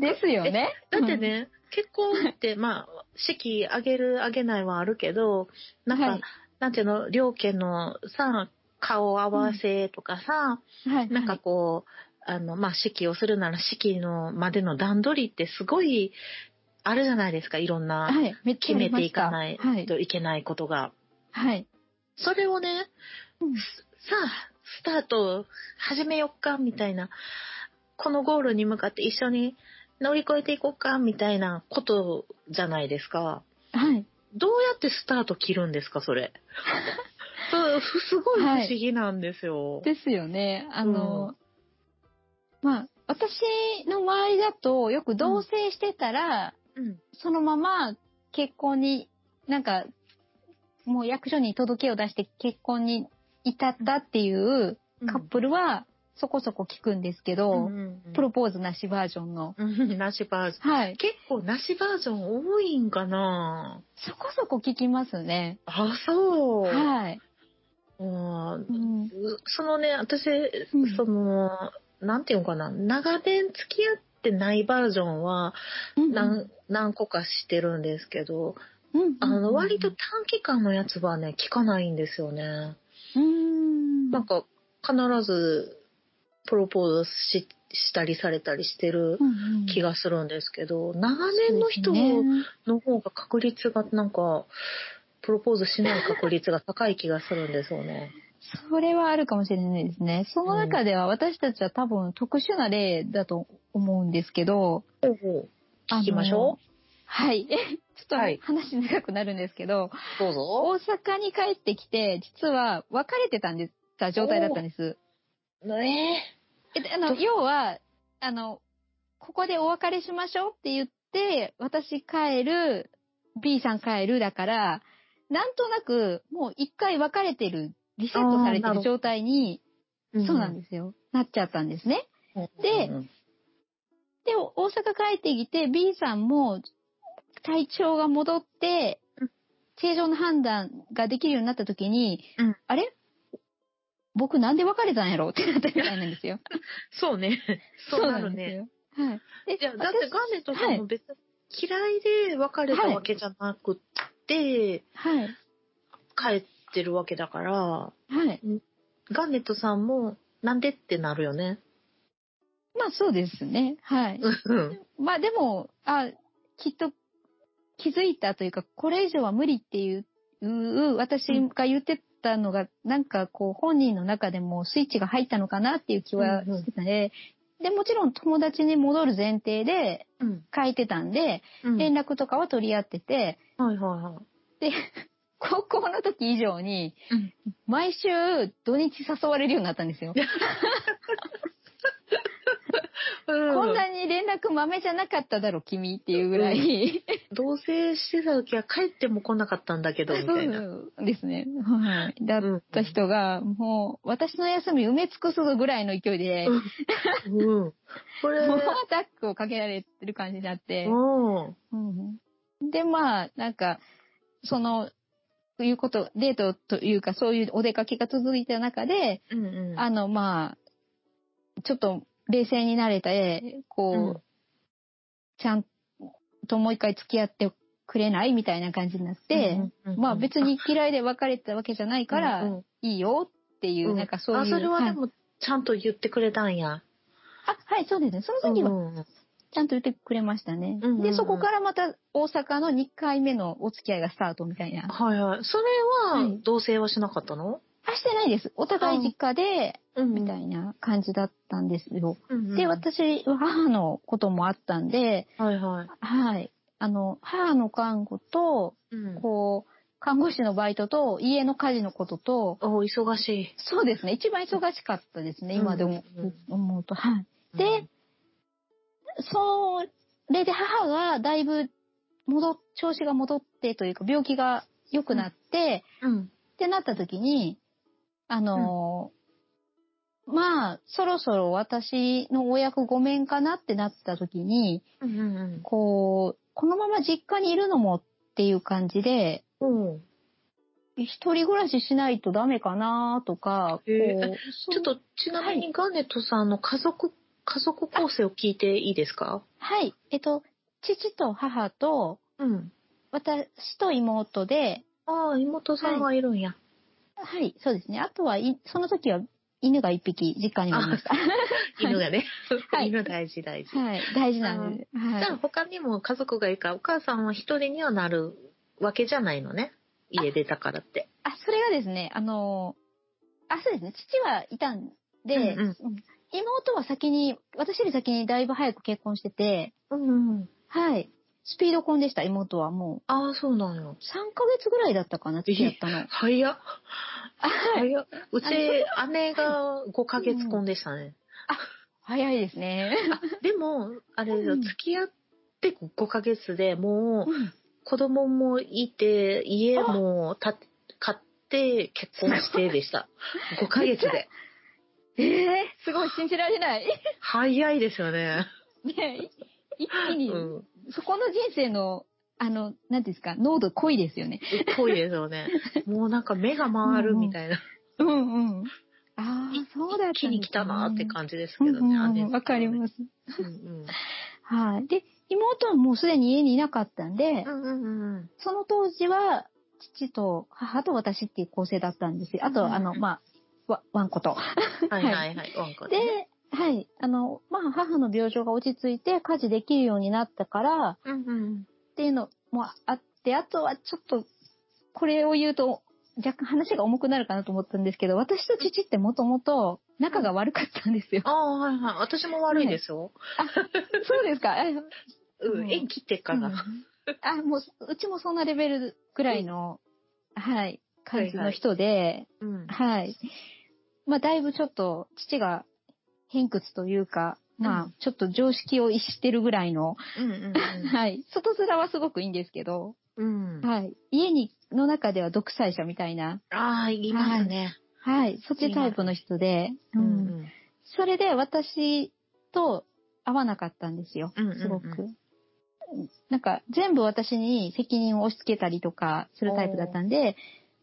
S2: ですよね。
S1: だってね、結婚って、まあ、式あげるあげないはあるけど、なんか、
S2: はい
S1: なんていうの、両家のさ、顔合わせとかさ、
S2: うん。はい。
S1: なんかこう、あの、まあ、式をするなら式のまでの段取りってすごい、あるじゃないですか、いろんな。
S2: はい。めっち
S1: 決
S2: ゃあ
S1: め
S2: りま
S1: てい
S2: した
S1: かない
S2: はい。
S1: といけないことが。
S2: はい。
S1: それをね、
S2: うん
S1: さあ、スタート始めよっか、みたいな、このゴールに向かって一緒に乗り越えていこうか、みたいなことじゃないですか。
S2: はい。
S1: どうやってスタート切るんですか、そ れ。そうすごい不思議なんですよ。
S2: ですよね。あの、まあ、私の周りだと、よく同棲してたら、
S1: うん
S2: そのまま結婚に、なんか、もう役所に届けを出して結婚に至ったっていうカップルはそこそこ聞くんですけど、プロポーズなしバージョンの。
S1: うんなしバージョン。
S2: はい。
S1: 結構なしバージョン多いんかな
S2: そこそこ聞きますね。
S1: あ、そう。
S2: はい。
S1: うん
S2: うん
S1: そのね、私、
S2: ん
S1: その、なんていうのかな、長年付き合ってないバージョンは何,、何個かしてるんですけど、
S2: うんうん
S1: あの、割と短期間のやつはね、聞かないんですよね。
S2: うん。
S1: なんか、必ず、プロポーズししたりされたりしてる気
S2: が
S1: がするんですけど、長年の人の方が確率が、なんか、プロポーズしない確率が高い気がするんですよ ね。
S2: それはあるかもしれないですね。その中では私たちは多分特殊な例だと思うんですけど。
S1: ほうほう聞きましょ
S2: う。 はい。ちょっと
S1: はい
S2: 話長くなるんですけど、
S1: どうぞ。
S2: 大阪に帰ってきて、実は別れてたんです、た状態だったんです。
S1: ね
S2: えであの、要は、あの、ここでお別れしましょうって言って、私帰る、B さん帰るだから、なんとなく、もう一回別れてる、リセットされて
S1: あーなるほ
S2: る
S1: ど
S2: 状態に、
S1: え
S2: そうなんですよ。なっちゃったんですね。
S1: す
S2: で
S1: うん
S2: で、大阪帰ってきて、B さんも体調が戻って
S1: うん、
S2: 正常な判断ができるようになった時に、
S1: うん
S2: あれ僕なんで別れたんやろってなったみたいなんですよ。
S1: そうね。 そうなる
S2: んです
S1: ね。
S2: よ。はい。で
S1: いや、だって
S2: 私
S1: ガーネットさんも別に嫌いで別れたわけじゃなくって、
S2: はい。
S1: 帰ってるわけだから、
S2: はい。
S1: ガーネットさんもなんでってなるよね。
S2: まあそうですね。はい。
S1: うん
S2: まあでも、あ、きっと気づいたというか、これ以上は無理っていう、う私が言ってたのが、なんかこう本人の中でもスイッチが入ったのかなっていう気はしてたので、で、もちろん友達に戻る前提で
S1: うん。
S2: 書いてたんで、
S1: うん
S2: 連絡とかは取り合ってて、
S1: はいはいは
S2: 高校の時以上に
S1: うん、
S2: 毎週土日誘われるようになったんですよ。
S1: い。
S2: こん
S1: う
S2: なに連絡豆じゃなかっただろ、君っていうぐらい。
S1: 同棲してた時は帰っても来なかったんだけど、み
S2: そ
S1: たいな。
S2: うですね。はい。だっ
S1: うん
S2: た人が、もう、私の休み埋め尽くすぐらいの勢いで、も
S1: うん。これ、
S2: うアタックをかけられてる感じになって、
S1: うん。
S2: うんで、まあ、なんか、その、いうこと、デートというか、そういうお出かけが続いた中で、
S1: うんうん。
S2: あの、まあ、ちょっと冷静になれて、こう、
S1: うん
S2: ちゃんともう一回付き合ってくれないみたいな感じになって、
S1: うんうんうん
S2: まあ別に嫌いで別れたわけじゃないから、
S1: うんうん
S2: いいよっていう、
S1: うん
S2: なんかそういう。
S1: あ、それはで
S2: い、
S1: も、ちゃんと言ってくれたんや。
S2: あ、はい、そうですね。その時
S1: う
S2: は
S1: んうん
S2: ちゃんと言ってくれましたね。
S1: うんうんうん
S2: で、そこからまた大阪の2回目のお付き合いがスタートみたいな。
S1: はいはい。それ
S2: は、
S1: はい同棲はしなかったの
S2: あ、してないです。お互い実家で、
S1: うん
S2: みたいな感じだったんですよ。
S1: な
S2: で、、私、母のこともあったんで、
S1: はいはい。
S2: はい。あの、母の看護と、
S1: うん
S2: こう、看護師のバイトと、家の家事のことと、
S1: お、忙しい。
S2: そうですね。一番忙しかったですね。今でも
S1: うんうん
S2: 思うと。はい。で、それで母がだいぶ戻、調子が戻ってというか、病気が良くなって、
S1: うん。
S2: ってなった時に、あのーまあ、そろそろ私のお役ごめんかなってなった時に、
S1: うんうん
S2: こう、このまま実家にいるのもっていう感じで、
S1: うん。うん。
S2: 一人暮らししないとダメかなとか、こ
S1: へえ
S2: う、
S1: ちょっとちなみにガーネットさんの家族、家族構成を聞いていいですか
S2: はい、えっと、父と母と、
S1: うん。
S2: 私と妹で、
S1: ああ、妹さんがいるんや。
S2: はい、そうですね。あとはい、その時は犬が一匹実家にもいました。い
S1: 犬がね。
S2: はい
S1: 犬大事大事。
S2: はい、大事なんです。はい。
S1: じゃあ他にも家族がいるから、お母さんは一人にはなるわけじゃないのね。家出たからって。
S2: あ、それがですね、あのー、あ、そうですね、父はいたんで、
S1: うんうん
S2: うん妹は先に、私より先にだいぶ早く結婚してて、
S1: うん、うん。
S2: はい、スピード婚でした、妹はも
S1: ああ、そうなの
S2: う。。3ヶ月ぐらいだったかな、付き合ったの。
S1: 早っ。
S2: はい
S1: 早っ。うち、姉が5ヶ月婚でしたね。
S2: 早いですね。
S1: あ、でも、あれだよ、
S2: うん
S1: 付き合って5ヶ月でもう、
S2: うん
S1: 子供もいて、家もた買って結婚してでした。5ヶ月で。
S2: ええすごい、信じられない。
S1: 早いですよね。
S2: ね一気
S1: う
S2: に、
S1: ん。
S2: そこの人生の、あの、なんていうんですか、濃度濃いですよね。
S1: 濃いですよ ね。もうなんか目が回るみたいな。
S2: うんうん。ああ、そうだったんで
S1: 一気
S2: すね
S1: に来たなって感じです
S2: う
S1: け
S2: ん
S1: どね。
S2: うん
S1: 姉
S2: うんわかります。
S1: す。うん
S2: はい。で、妹はもうすでに家にいなかったんで
S1: う、ん。うんうんうん。
S2: その当時は、父と母と私っていう構成だったんですよ。あ
S1: うんう
S2: と、
S1: ん
S2: あの、まあ、わ、わんこと。
S1: はいはいはい。ワンコ
S2: で
S1: ね。、
S2: はい。あの、まあ、母の病状が落ち着いて家事できるようになったから、っ
S1: うんうん。
S2: ていうのもあって、あとはちょっと、これを言うと、若干話が重くなるかなと思ったんですけど、私と父ってもともと仲が悪かったんですよ。
S1: ああ、はいはい。私も悪いですよ。
S2: そうで すか。あ
S1: う
S2: うん
S1: ん。縁切ってか
S2: うん
S1: ら。
S2: あ、もう、うちもそんなレベルぐらいの、はい、感じの人で、
S1: うん。
S2: はい、まあ、だいぶちょっと、父が偏屈というか、まあ、
S1: うん
S2: ちょっと常識を逸してるぐらいの、
S1: うんうん
S2: はい、外面はすごくいいんですけど、
S1: うん。 うん。
S2: はい、家に、の中では独裁者みたいな、
S1: ああ、いますね。
S2: はい、そっちタイプの人で、う
S1: うんん
S2: それで私と合わなかったんですよ。
S1: うんうんうん
S2: すごく。なんか全部私に責任を押し付けたりとかするタイプだったんで、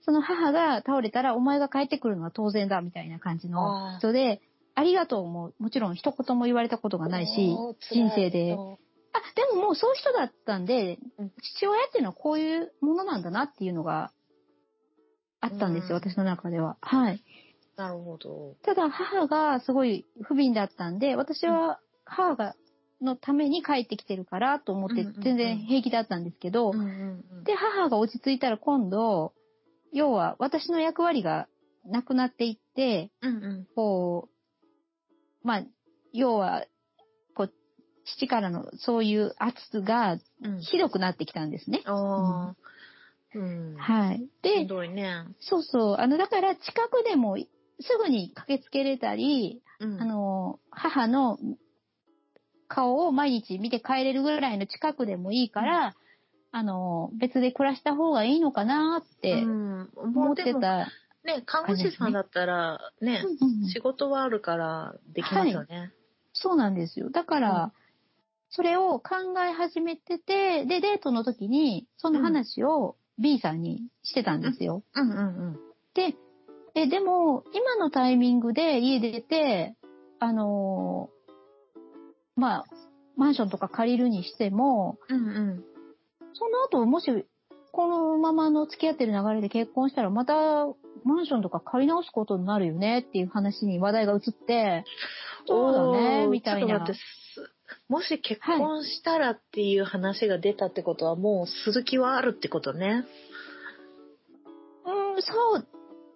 S2: その母が倒れたらお前が帰ってくるのは当然だみたいな感じの人で、ありがとうももちろん一言も言われたことが
S1: うん。
S2: ないし、
S1: おー
S2: 人生で。
S1: 辛い
S2: あ、でももうそういう人だったんで
S1: うん、
S2: 父親っていうのはこういうものなんだなっていうのがあったんですよ、
S1: うん
S2: 私の中では。はい。
S1: なるほど。
S2: ただ母がすごい不憫だったんで、私は母がのために帰ってきてるからと思っ
S1: う
S2: て
S1: んうんうん
S2: 全然平気だったんですけど、
S1: うんうんうん
S2: で、母が落ち着いたら今度、要は私の役割がなくなっていって、
S1: うんうん
S2: こう、まあ、要は、こう、父からのそういう圧が
S1: うん。
S2: ひどくなってきたんですね。
S1: ああ。うん。
S2: はい。
S1: し
S2: で
S1: ん、どいね。
S2: そうそう、あの、だから近くでもすぐに駆けつけれたり、
S1: うん。
S2: あの、母の顔を毎日見て帰れるぐらいの近くでもいいから、あの、別で暮らした方がいいのかなっ
S1: う
S2: て
S1: ん、
S2: 思
S1: も
S2: っ
S1: う
S2: て
S1: で
S2: た。
S1: もね、看護師さんだったらね、
S2: うんうん
S1: 仕事はあるからできますよね。
S2: そうなんですよ。だから、それを考え始めてて、で、デートの時に、その話を B さんにしてたんですよ。
S1: うんうん
S2: で、え、でも、今のタイミングで家出て、あのまあ、マンションとか借りるにしても、
S1: うん。うんうん。
S2: その後、もし、このままの付き合ってる流れで結婚したら、また、マンションとか借り直すことになるよねっていう話に話題が移って、そうだね、
S1: おー
S2: みたい
S1: ちょっ
S2: な
S1: と待っ。てすもし結婚したらっていう話が出たってことは、もうする気はあるってことね。
S2: うん、そう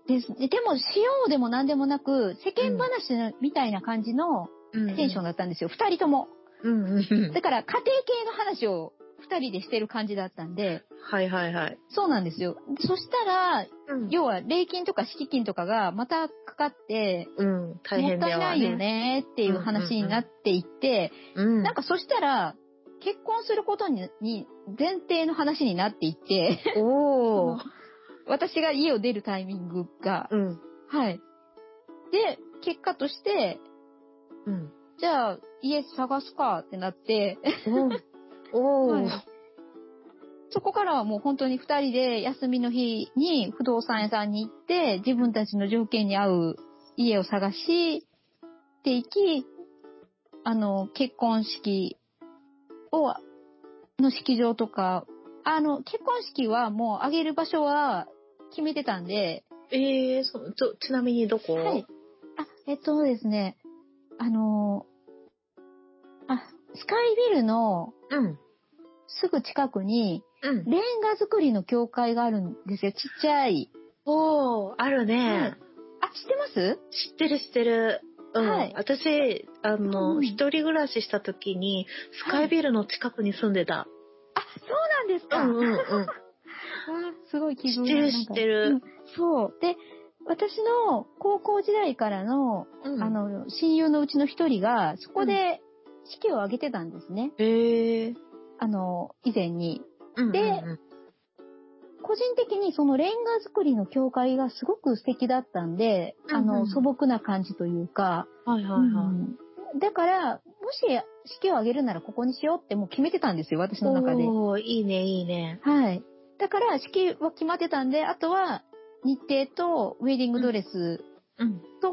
S2: ですね。でも、しようでも何でもなく、世間話のみたいな感じの
S1: うん
S2: テンションだったんですよ。二、人とも。
S1: うんうんうん
S2: だ。から、家庭系の話を二人でしてる感じだったんで、
S1: はいはいはい。
S2: そうなんですよ。そしたら、
S1: うん
S2: 要は、礼金とか敷金とかがまたかかって、
S1: うん、大変だ
S2: もった
S1: わ
S2: いないよ。ねっていう話になっていって、
S1: うん。
S2: なんかそしたら、結婚することにに前提の話になっていって、
S1: おお。
S2: 私が家を出るタイミングが、
S1: うん。
S2: はい。で、結果として、
S1: うん。
S2: じゃあ家探すかってなって、
S1: おお。おお。
S2: はいそこからはもう本当に二人で休みの日に不動産屋さんに行って、自分たちの条件に合う家を探していき、あの、結婚式を、の式場とか、あの、結婚式はもうあげる場所は決めてたんで、
S1: ええそうちょちなみにどこ、
S2: はい。あ、えっとですね、あのーあ、スカイビルの
S1: うん。
S2: すぐ近くに、
S1: うん。
S2: レンガ作りの教会があるんですよ。ちっちゃい。
S1: おー、あるね。
S2: あ、知ってます
S1: 知ってる知ってる。うん、
S2: はい
S1: 私、あの、
S2: うん
S1: 一人暮らしした時に、スカイビルの近くに住んでた。
S2: あ、そうなんですか。
S1: うんうんうん。
S2: わあすごい気
S1: 知
S2: 分
S1: ってる
S2: なんか
S1: 知ってる
S2: うんそう。で、私の高校時代からの、
S1: うん、
S2: あ、の、親友のうちの一人が、そこで式を挙げてたんですね。
S1: ええ
S2: あの、以前に。
S1: うんうんうん、
S2: で個人的にそのレンガ作りの教会がすごく素敵だったんで、
S1: うん
S2: あ
S1: うんう
S2: の、
S1: ん
S2: 素朴な感じというか、
S1: はいはいはい。
S2: うんだから、もし式を挙げるならここにしようってもう決めてたんですよ、私の中で。
S1: おー、いいねいいね。
S2: はい。だから、式は決まってたんで、あとは、日程とウェディングドレス
S1: うん。
S2: と、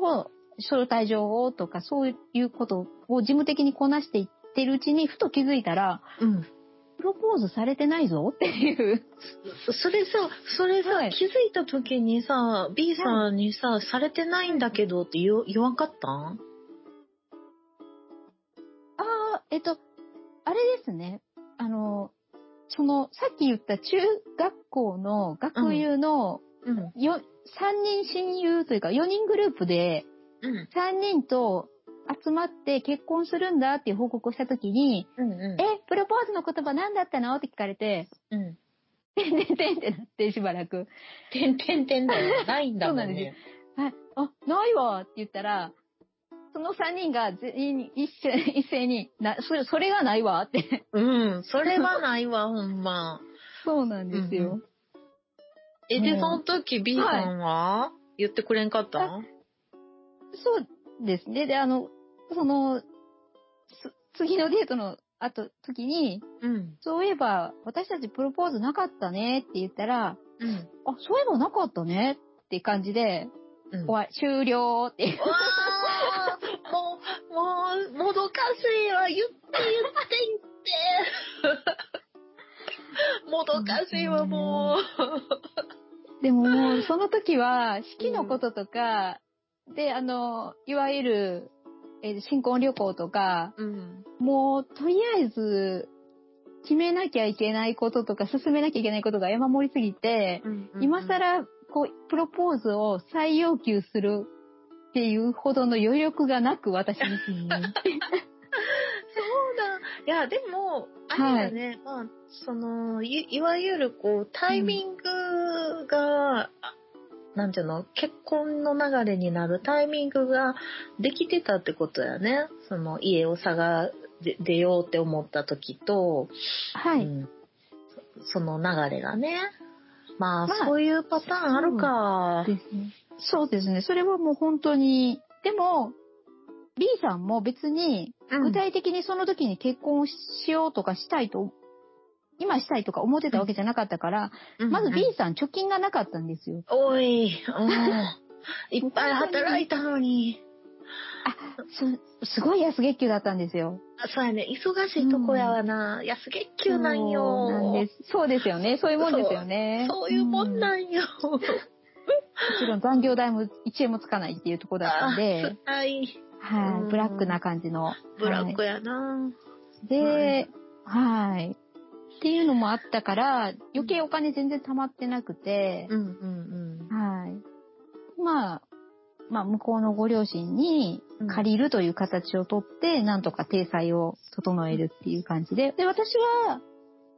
S2: 招待状をとか、そういうことを事務的にこなしていってるうちに、ふと気づいたら、
S1: うん。
S2: プロポーズされてないぞっていう。
S1: それさ、それさ、
S2: はい
S1: 気づいた時にさ、B さんにさ、されてないんだけどって言わ言わんかったん
S2: ああ、えっと、あれですね。あの、その、さっき言った中学校の学友の、
S1: うん。
S2: よ、3人親友というか4人グループで、
S1: うん。
S2: 3人と集まって結婚するんだっていう報告をしたときに、
S1: うんう
S2: え、プロポーズの言葉何だったのって聞かれ て、
S1: ん。うん。
S2: てんてんてんってなってしばらく。
S1: てんてんてんだ よ。ないんだもん
S2: そうなん
S1: ね
S2: で。あ、あないわって言ったら、その3人が全員一斉一斉にな、それ、それがないわって。
S1: うん。それはないわ、ほんま。
S2: そうなんですよ。
S1: え、
S2: う
S1: で、
S2: ん
S1: その時 B さんは、言ってくれんかったん
S2: そうですね。で、あの、その、つ次のデートの後、時に、
S1: うん。
S2: そういえば、私たちプロポーズなかったねって言ったら、
S1: うん。
S2: あ、そういえばなかったねって感じで、
S1: うん。
S2: 終わり終了っていう。
S1: うわーもう、もう、もどかしいわ。言って言って言って。もどかしいわ、も
S2: でももう、その時は、式のこととか、で、あの、いわゆる、えー新婚旅行とか、
S1: う。うん。
S2: もう、とりあえず、決めなきゃいけないこととか、進めなきゃいけないことが山盛りすぎて、今
S1: ら
S2: 更、こう、プロポーズを再要求するっていうほどの余力がなく、私自 身に。
S1: そうだ。いや、でも、あ
S2: は
S1: れ
S2: い
S1: だね、まあ、その、いいわゆるこう、タイミングが、あなんていうの、結婚の流れになるタイミングができてたってことやね。その、家を探で出ようって思った時と、
S2: は
S1: う
S2: い。
S1: んその流れがね。まあ、
S2: まあ
S1: そういうパターンあるか。
S2: ですね。そうですね。それはもう本当に、でも、B さんも別に、
S1: うん
S2: 具体的にその時に結婚をしようとかしたいと、今したいとか思ってたわけじゃなかったから、
S1: うん
S2: まず
S1: うん
S2: B さん貯金がなかったんですよ。
S1: おい、 うんいっぱい働いたのに。
S2: すすごい安月給だったんですよ。
S1: あそうやね。忙しいとこやわな。安月給なんよ。
S2: そうなんです。そうですよね。そういうもんですよね。
S1: そういうもん
S2: う
S1: なんよ。
S2: もちろん残業代も1円もつかないっていうところだったんで、
S1: はい。
S2: は
S1: うん
S2: い。ブラックな感じの。
S1: ブラックやな。
S2: で、はい。っていうのもあったから、余計お金全然貯まってなくて
S1: う、んうん
S2: はい。まあ、まあ、向こうのご両親に
S1: うん
S2: 借りるという形をとって、なんとか体裁を整えるっていう感じで、で、私は、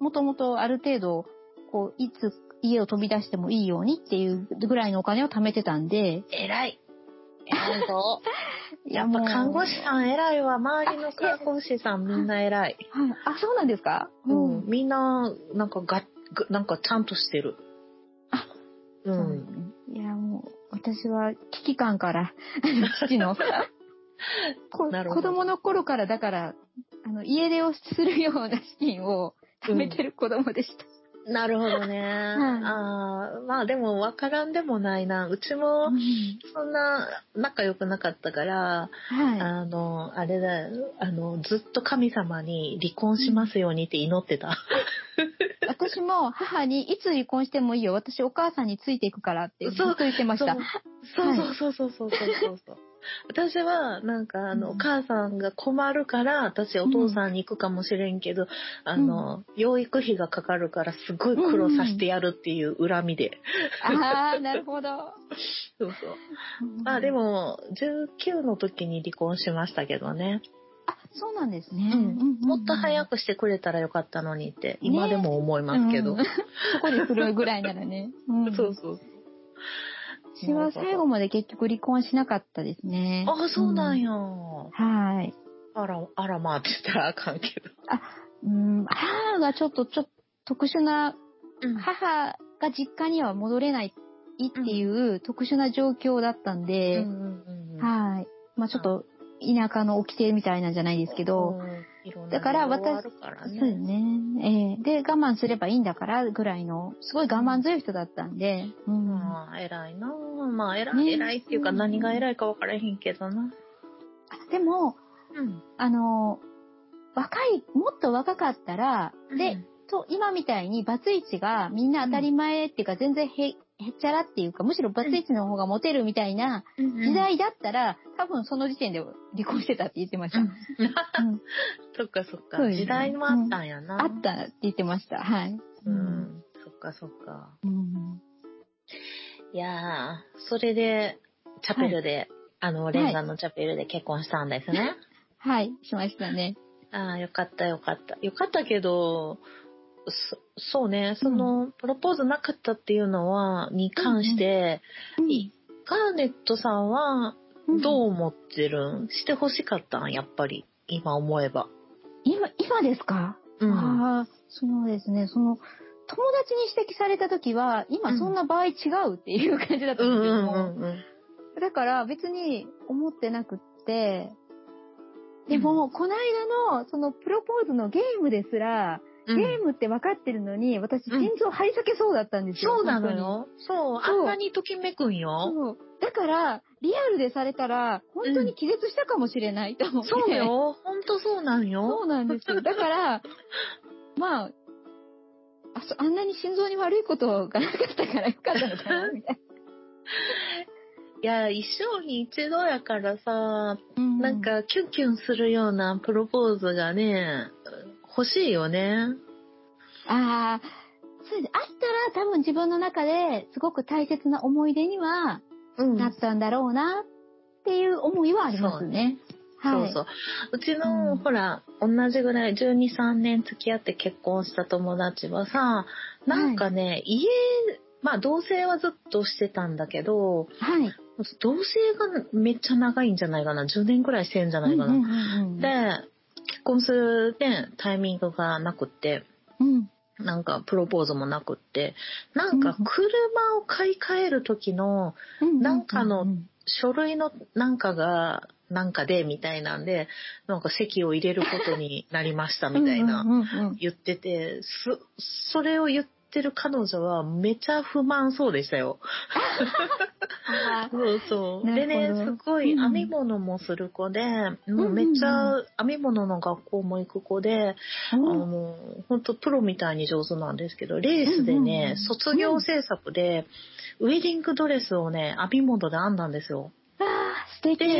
S2: もともとある程度、こう、いつ家を飛び出してもいいようにっていうぐらいのお金を貯めてたんで、
S1: うん。偉い。偉いぞ。 やっぱ
S2: もう
S1: 看護師さん偉いわ。周りの看護師さんみんな偉い。
S2: はい。あ、そうなんですか
S1: うん。。みんな、なんかが、がなんかちゃんとしてる。
S2: あ、
S1: う。
S2: うんん。いや、もう、私は危機感から、 父の。こ
S1: なるほど
S2: 子供の頃から、だから、あの、家出をするような資金を貯めてる子供でした。
S1: なるほどね。ああ、まあでも分からんでもないな。うちも
S2: うん
S1: そんな仲良くなかったから、
S2: は
S1: あの、あれだよ、あの、ずっと神様に離婚しますようにって祈ってた。
S2: い。私も母にいつ離婚してもいいよ。私お母さんについていくからってずっと言ってました。
S1: そうそうそうそうそうそうそう。私は、なんか、あの、
S2: うん
S1: お母さんが困るから、私お父さんに行くかもしれんけど、あの、養育費がかかるから、すごい苦労させてやるっていう恨みで。
S2: ああ、なるほど。
S1: そうそう。まあで。も、19の時に離婚しましたけどね。
S2: あ、そうなんですね。
S1: もっと早
S2: く
S1: くしてくれたらよかったのにって、今でも思いますけど。
S2: そこでするぐらいならね。うん
S1: そうそう。
S2: 私は最後まで結局離婚しなかったですね。
S1: ああ、そうなん
S2: よ。
S1: や。
S2: はい。
S1: あら、あらまあって言ったらあかんけど。
S2: うん、母がちょっと、ちょっと特殊な、
S1: うん
S2: 母が実家には戻れないっていう特殊な状況だったん
S1: うん
S2: で、
S1: うんうんうん
S2: はい。まあちょっと、田舎の掟みたいなんじゃないですけど、
S1: うん、いろんな
S2: だから
S1: 事情があ
S2: 私
S1: るから
S2: そうで
S1: ね。
S2: すね。ええで、我慢すればいいんだからぐらいの、すごい我慢強い人だったんで、うん
S1: まあ、偉いなまあ、偉
S2: ね
S1: い、偉いっていうか、
S2: うん
S1: 何が偉いか分からへんけどな。
S2: あでも、
S1: うん。
S2: あの、若い、もっと若かったら、で、と、今みたいにバツイチがみんな当たり前っていうか全然へ、へっちゃらっていうか、むしろバツイチの方がモテるみたいな
S1: うん、うん
S2: 時代だったら、多分その時点で離婚してたって言ってました。
S1: うん
S2: うん
S1: そっかそっか
S2: そう。ですね
S1: 時代もあったんやな。
S2: あったって言ってました。はい。
S1: うん。そっかそっか。
S2: うん
S1: いやー、それで、チャペルで、あの、レンガのチャペルで結婚したんですね。
S2: はい、しましたね。
S1: ああ、よかったよかった。よかったけど、そそうね、その、プロポーズなかったっていうのは、に関して、いガーネットさんは、どう
S2: うん
S1: 思ってるん、してほしかったんやっぱり、今思えば。
S2: 今、今ですか、
S1: うん。
S2: ああ、そうですね。その、友達に指摘された時は、今そんな場合違うっていう感じだった
S1: うんん
S2: ですけ
S1: う
S2: ど
S1: ん
S2: も、
S1: うんうん。
S2: だから別に思ってなくって、でも、この間の、その、プロポーズのゲームですら、
S1: うん
S2: ゲームって分かってるのに、私、
S1: うん
S2: 心臓張り裂けそうだったんですよ。
S1: そうなの
S2: 本
S1: よ。そう、あ
S2: そうん
S1: なにときめくん
S2: 当に。
S1: よ。
S2: そう。だから、リアルでされたら、本当に気絶したかもしれないと思って。
S1: そう。よ。ほんとそうなんよ。
S2: そうなんですよ。だから、まあ、あそあんなに心臓に悪いことがなかったからよかったのかな、みたい
S1: いや、一生に一度やからさ、
S2: な。
S1: なん、かキュンキュンするようなプロポーズがね、欲しいよね。
S2: ああ、そうです。あったら多分自分の中ですごく大切な思い出には
S1: うん
S2: なったんだろうなっていう思いはありますね。
S1: そ
S2: は
S1: う
S2: い。
S1: そうう。うちの、
S2: うん
S1: ほら、同じぐらい12、3年付き合って結婚した友達はさ、なんかね、家、まあ同棲はずっとしてたんだけど、
S2: はい。
S1: 同棲がめっちゃ長いんじゃないかな。10年ぐらいしてんじゃないかな。
S2: うんうんうんうん
S1: で、結婚するね、タイミングがなくって、
S2: うん
S1: なんかプロポーズもなくって、なんか車を買い替える時の
S2: うんうん
S1: なんかの書類のなんかが、なんかでみたいなんで、なんか籍を入れることになりましたみたい
S2: うん
S1: な
S2: うんうんうん
S1: 言ってて、そ、それを言ってる彼女はめちゃ不満そうでしたよ。
S2: あー
S1: そうそう。
S2: なる
S1: で
S2: ほ
S1: ね、
S2: ど
S1: すごい編み物もする子で、もうめっちゃ編み物の学校も行く子で、あ
S2: うん
S1: の、本当プロみたいに上手なんですけど、レースで
S2: うんうんう
S1: ね
S2: ん、
S1: 卒業制作で、ウェディングドレスをね、編み物で編んだんですよ。
S2: あー素敵。
S1: で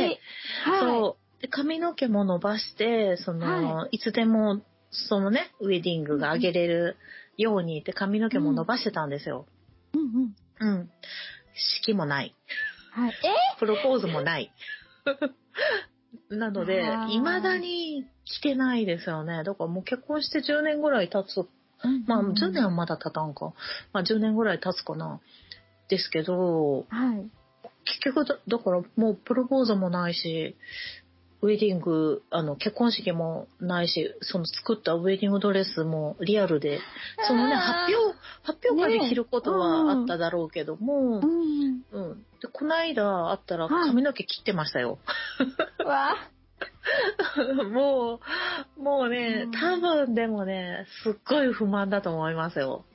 S2: はい。
S1: そう。で、髪の毛も伸ばして、その、い、つでも、そのね、ウェディングが上げれるようにって髪の毛も伸ばしてたんですよ。
S2: うんうん
S1: うん。式もない。
S2: はい。
S1: プロポーズもない。 なので
S2: あー、
S1: 未だに来てないですよね。だからもう結婚して10年ぐらい経つ
S2: え
S1: まあ、10年はまだ経たんか。まあ、10年ぐらい経つかな。ですけど、
S2: はい。
S1: 結局だ、だからもうプロポーズもないし、ウェディング、あの、結婚式もないし、その作ったウェディングドレスもリアルで、そのね、
S2: あー
S1: 発表、発表会で着ること
S2: ね
S1: は
S2: うん
S1: あっただろうけども、
S2: うん。
S1: うん。で、こないだあったら
S2: はい
S1: 髪の毛切ってましたよ。
S2: わあ。
S1: もう、もうね
S2: うん、
S1: 多分でもね、すっごい不満だと思いますよ。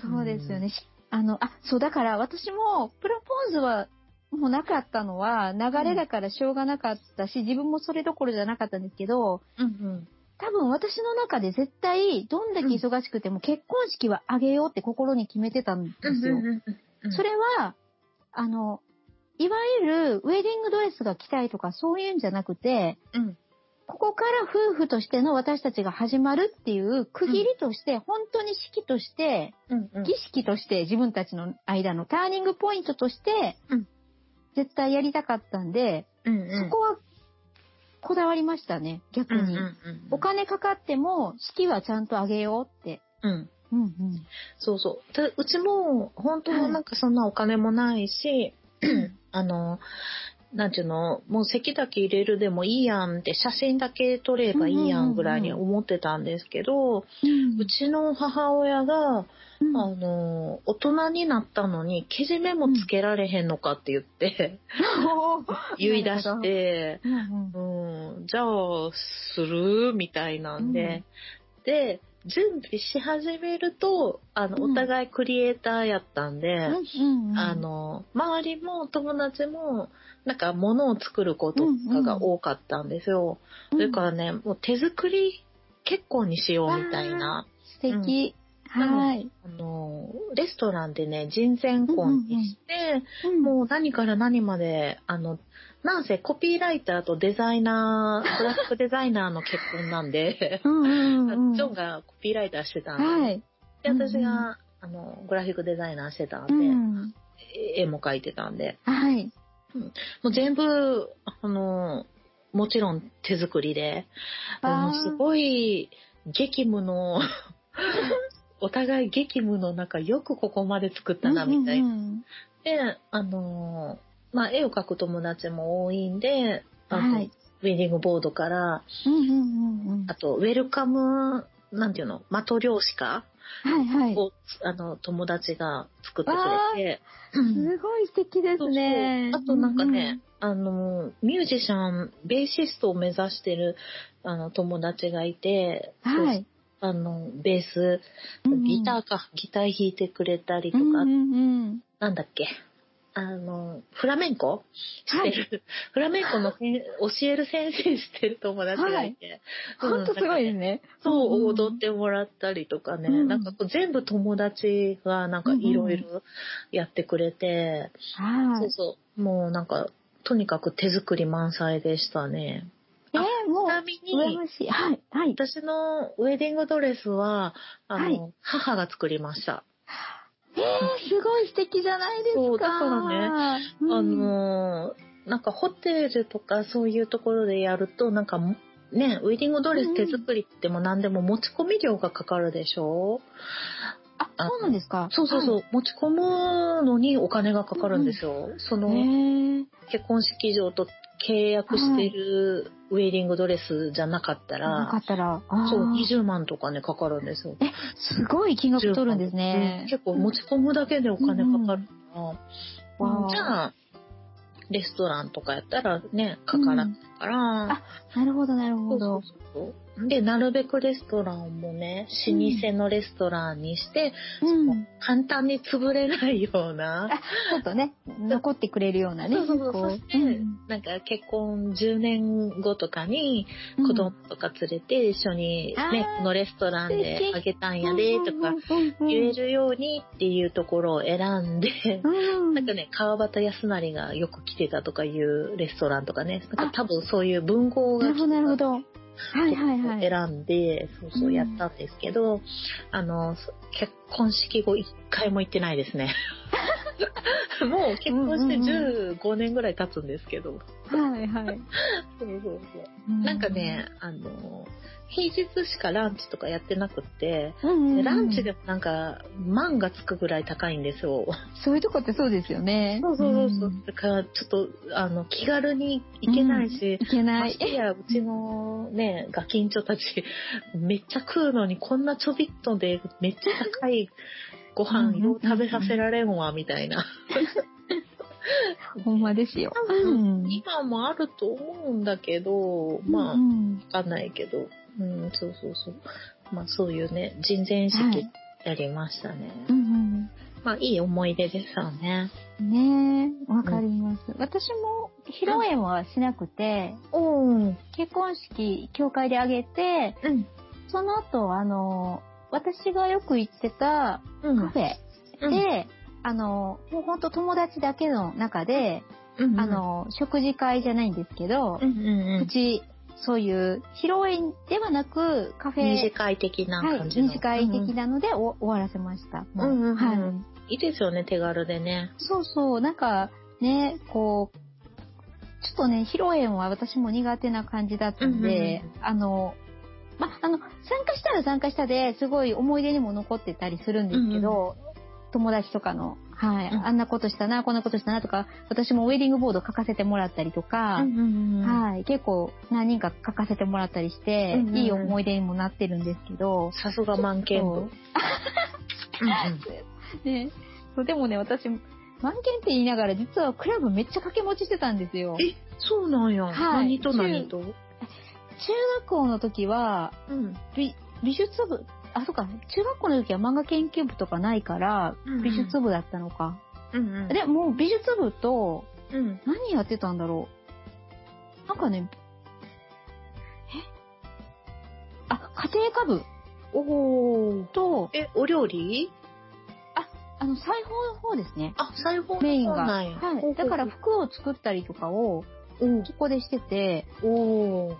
S2: そうですよね。しあの、あ、そう、だから私も、プロポーズは、もうなかったのは、流れだからしょうがなかったし、自分もそれどころじゃなかったんですけど、
S1: うんうん。
S2: 多分私の中で絶対、どんだけ忙しくても結婚式はあげようって心に決めてたんですよ。
S1: うん
S2: それは、あの、いわゆるウェディングドレスが着たいとかそういうんじゃなくて、
S1: うん
S2: ここから夫婦としての私たちが始まるっていう区切りとして、本当に式として、
S1: うんうん
S2: 儀式として自分たちの間のターニングポイントとして、
S1: うん
S2: 絶対やりたかったんで、
S1: うんうん
S2: そこはこだわりましたね、逆
S1: うんうん
S2: に。
S1: うん
S2: お金かかっても式はちゃんとあげようって。
S1: うん
S2: うんうん。
S1: そうそう。でうちも、本当はなんかそんなお金もないし、あの、なんていうの、もう席だけ入れるでもいいやんって、写真だけ撮ればいいやんぐらいに思ってたんですけど、うちの母親が、
S2: うん
S1: あの、大人になったのに、けじめもつけられへんのかって言って、言い出して、
S2: うんうん
S1: うん、じゃあ、するみたいなんで、で、準備し始めると、あの、
S2: うん
S1: お互いクリエイターやったんで、
S2: うんうん
S1: あの、周りも友達も、なんか物を作る子とかが多かったんですよ。
S2: うん
S1: だからね、もう手作り結婚にしようみたいな。
S2: 素敵、
S1: うん
S2: はい、
S1: あの、レストランでね、人前婚にして、もう何から何まで、あの、なんせコピーライターとデザイナー、グラフィックデザイナーの結婚なんで、
S2: うんうんうん
S1: ジョンがコピーライターしてたんで、
S2: はい、
S1: で私が、
S2: うんうん
S1: あの、グラフィックデザイナーしてたん
S2: う
S1: で、
S2: ん、
S1: 絵も描いてたんで、
S2: はい、
S1: もう全部、あの、もちろん手作りで、もうすごい激務 の、お互い激務の中、よくここまで作ったな、みたいな。
S2: うん
S1: で、あのーまあ、絵を描く友達も多いんで、あ
S2: うん
S1: と
S2: はい、
S1: ウェディングボードから、
S2: うんうんうんうん
S1: あと、ウェルカム、なんていうの、マトリョーシカ
S2: はいはい、
S1: を、あの、友達が作ってくれて、うん
S2: すごい素敵ですね。
S1: そうそうあとなんかね、あの、ミュージシャン、ベーシストを目指してる、あの、友達がいて、
S2: うんうん、はい、
S1: あの、ベース、ギターか、ギター弾いてくれたりと
S2: う
S1: か、
S2: んうん
S1: なんだっけ、あの、フラメンコしてる、 フラメンコのせん教える先生してる友達がいて、
S2: うん、
S1: うん
S2: 本当すごいですね。
S1: そう、
S2: うん
S1: 踊ってもらったりとかね、
S2: うん
S1: なんかこう全部友達がなんかいろいろやってくれて、
S2: は
S1: そ。
S2: いう
S1: そう、もうなんか、とにかく手作り満載でしたね。
S2: え
S1: あ
S2: ー、も
S1: ち
S2: う
S1: なみ
S2: 羨
S1: に、
S2: ましい。はいはい。
S1: 私のウェディングドレスは、あの、
S2: はい
S1: 母が作りました。
S2: えー、すごい素敵じゃないですか。
S1: そうだから
S2: ね、
S1: あのーなんかホテルとかそういうところでやると、なんかもね、ウェディングドレス手作りっても何でも持ち込み料がかかるでしょ
S2: あ、そうなんですか。
S1: そうそうそう、持ち込むのにお金がかかるんですよ。そ
S2: はい。
S1: の
S2: ね
S1: 結婚式場と契約してるウェディングドレスじゃなかったら、
S2: なかったら、あー
S1: そう、20万とかね、かかるんですよ。
S2: え、すごい金額取るんですね
S1: うん。結構持ち込むだけでお金かかるから、
S2: うん
S1: うんじゃあ、レストランとかやったらね、かからないから、
S2: あなるほど、なる
S1: そ
S2: ほ
S1: うそ
S2: ど
S1: う。そう。で、なるべくレストランもね、老舗のレストランにして、
S2: うん。ち
S1: 簡単に潰れないような。
S2: ょっとね、残ってくれるようなね。
S1: そうそうそう。
S2: こ
S1: そして、
S2: うん
S1: なんか結婚10年後とかに、子供とか連れて一緒にね、
S2: あー
S1: このレストランであげたんやで、とか
S2: 言
S1: 言え。るようにっていうところを選んで、
S2: うん
S1: なんかね、川端康成がよく来てたとかいうレストランとかね、なん
S2: あ
S1: か多分そういう文豪
S2: な
S1: が
S2: る
S1: 来て
S2: ほど、
S1: た
S2: なるほど。はいはいはい。
S1: 選んで、そうそうう、
S2: ん
S1: やったんですけど、あの、そ結婚式後一回も行ってない ですね。もう結婚して15年ぐらい経つんですけど、
S2: はいはい。
S1: そうそうそう。なんかね、あの、平日しかランチとかやってなくって、
S2: うんうんうん、
S1: でランチでもなんか、万がつくぐらい高いんですよ。
S2: そういうとこってそうですよね。
S1: そうそうそうそう
S2: うん。
S1: だから、ちょっと、あの、気軽に行けないし、
S2: いけな
S1: まし
S2: い。
S1: てや、うちのね、ガキンチョたち、めっちゃ食うのにこんなちょびっとで、めっちゃ高いご飯を食べさせられんわ、みたいな。
S2: ほんまですよ。
S1: うん今もあると思うんだけど、まあ、
S2: う
S1: わ
S2: ん
S1: かんないけど、うん、そうそうそう。まあ、そういうね、人前式
S2: はい
S1: やりましたね。
S2: うん
S1: まあ、いい思い出ですよね。
S2: うん。ねえ、わかります。私も披露宴はしなくて、
S1: うん。
S2: 結婚式、教会であげて、
S1: うん。
S2: その後、あの、私がよく行ってた
S1: う
S2: カ
S1: ん。
S2: フェで、あの、もうほんと友達だけの中で、
S1: うん、
S2: あ、の、食事会じゃないんですけど
S1: う、んうんう。
S2: うんち、そういう、披露宴ではなく、カフェ、
S1: 二次会的な
S2: はい、
S1: 感じの。
S2: 二次会的なのでお、終わらせました。
S1: うんうんうんうん
S2: はい。
S1: いいですよね、手軽でね。
S2: そうそう、なんか、ね、こう、ちょっとね、披露宴は私も苦手な感じだったんで、
S1: うん
S2: あの、ま、あの、参加したら参加したですごい思い出にも残ってたりするんですけど、友達とかの、はい、
S1: うん
S2: あんなことしたな、こんなことしたなとか、私もウェディングボード書かせてもらったりとか、
S1: うんうんうん
S2: はい、結構何人か書かせてもらったりして、
S1: うんうんうん
S2: いい思い出にもなってるんですけど、
S1: さすが満
S2: そ
S1: 見部。
S2: うね、そうでもね、私、満件って言いながら、実はクラブめっちゃ掛け持ちしてたんですよ。中
S1: え、そうなんや。
S2: はい
S1: 何と何と
S2: 学校の時は、
S1: うん。
S2: 美美術部、あ、そうか、中学校の時は漫画研究部とかないから
S1: うんうん、
S2: 美術部だったのか。
S1: うんうん。
S2: で、もう美術部と、
S1: うん。
S2: 何やってたんだろう。なんかね、えあ、家庭科部
S1: おー。
S2: と、
S1: え、お料理
S2: あの、裁縫の方ですね。
S1: あ、裁縫の
S2: メインが。
S1: 方な
S2: は
S1: んや
S2: い。だから、服を作ったりとかを、
S1: うん。
S2: ここでしてて、
S1: おー。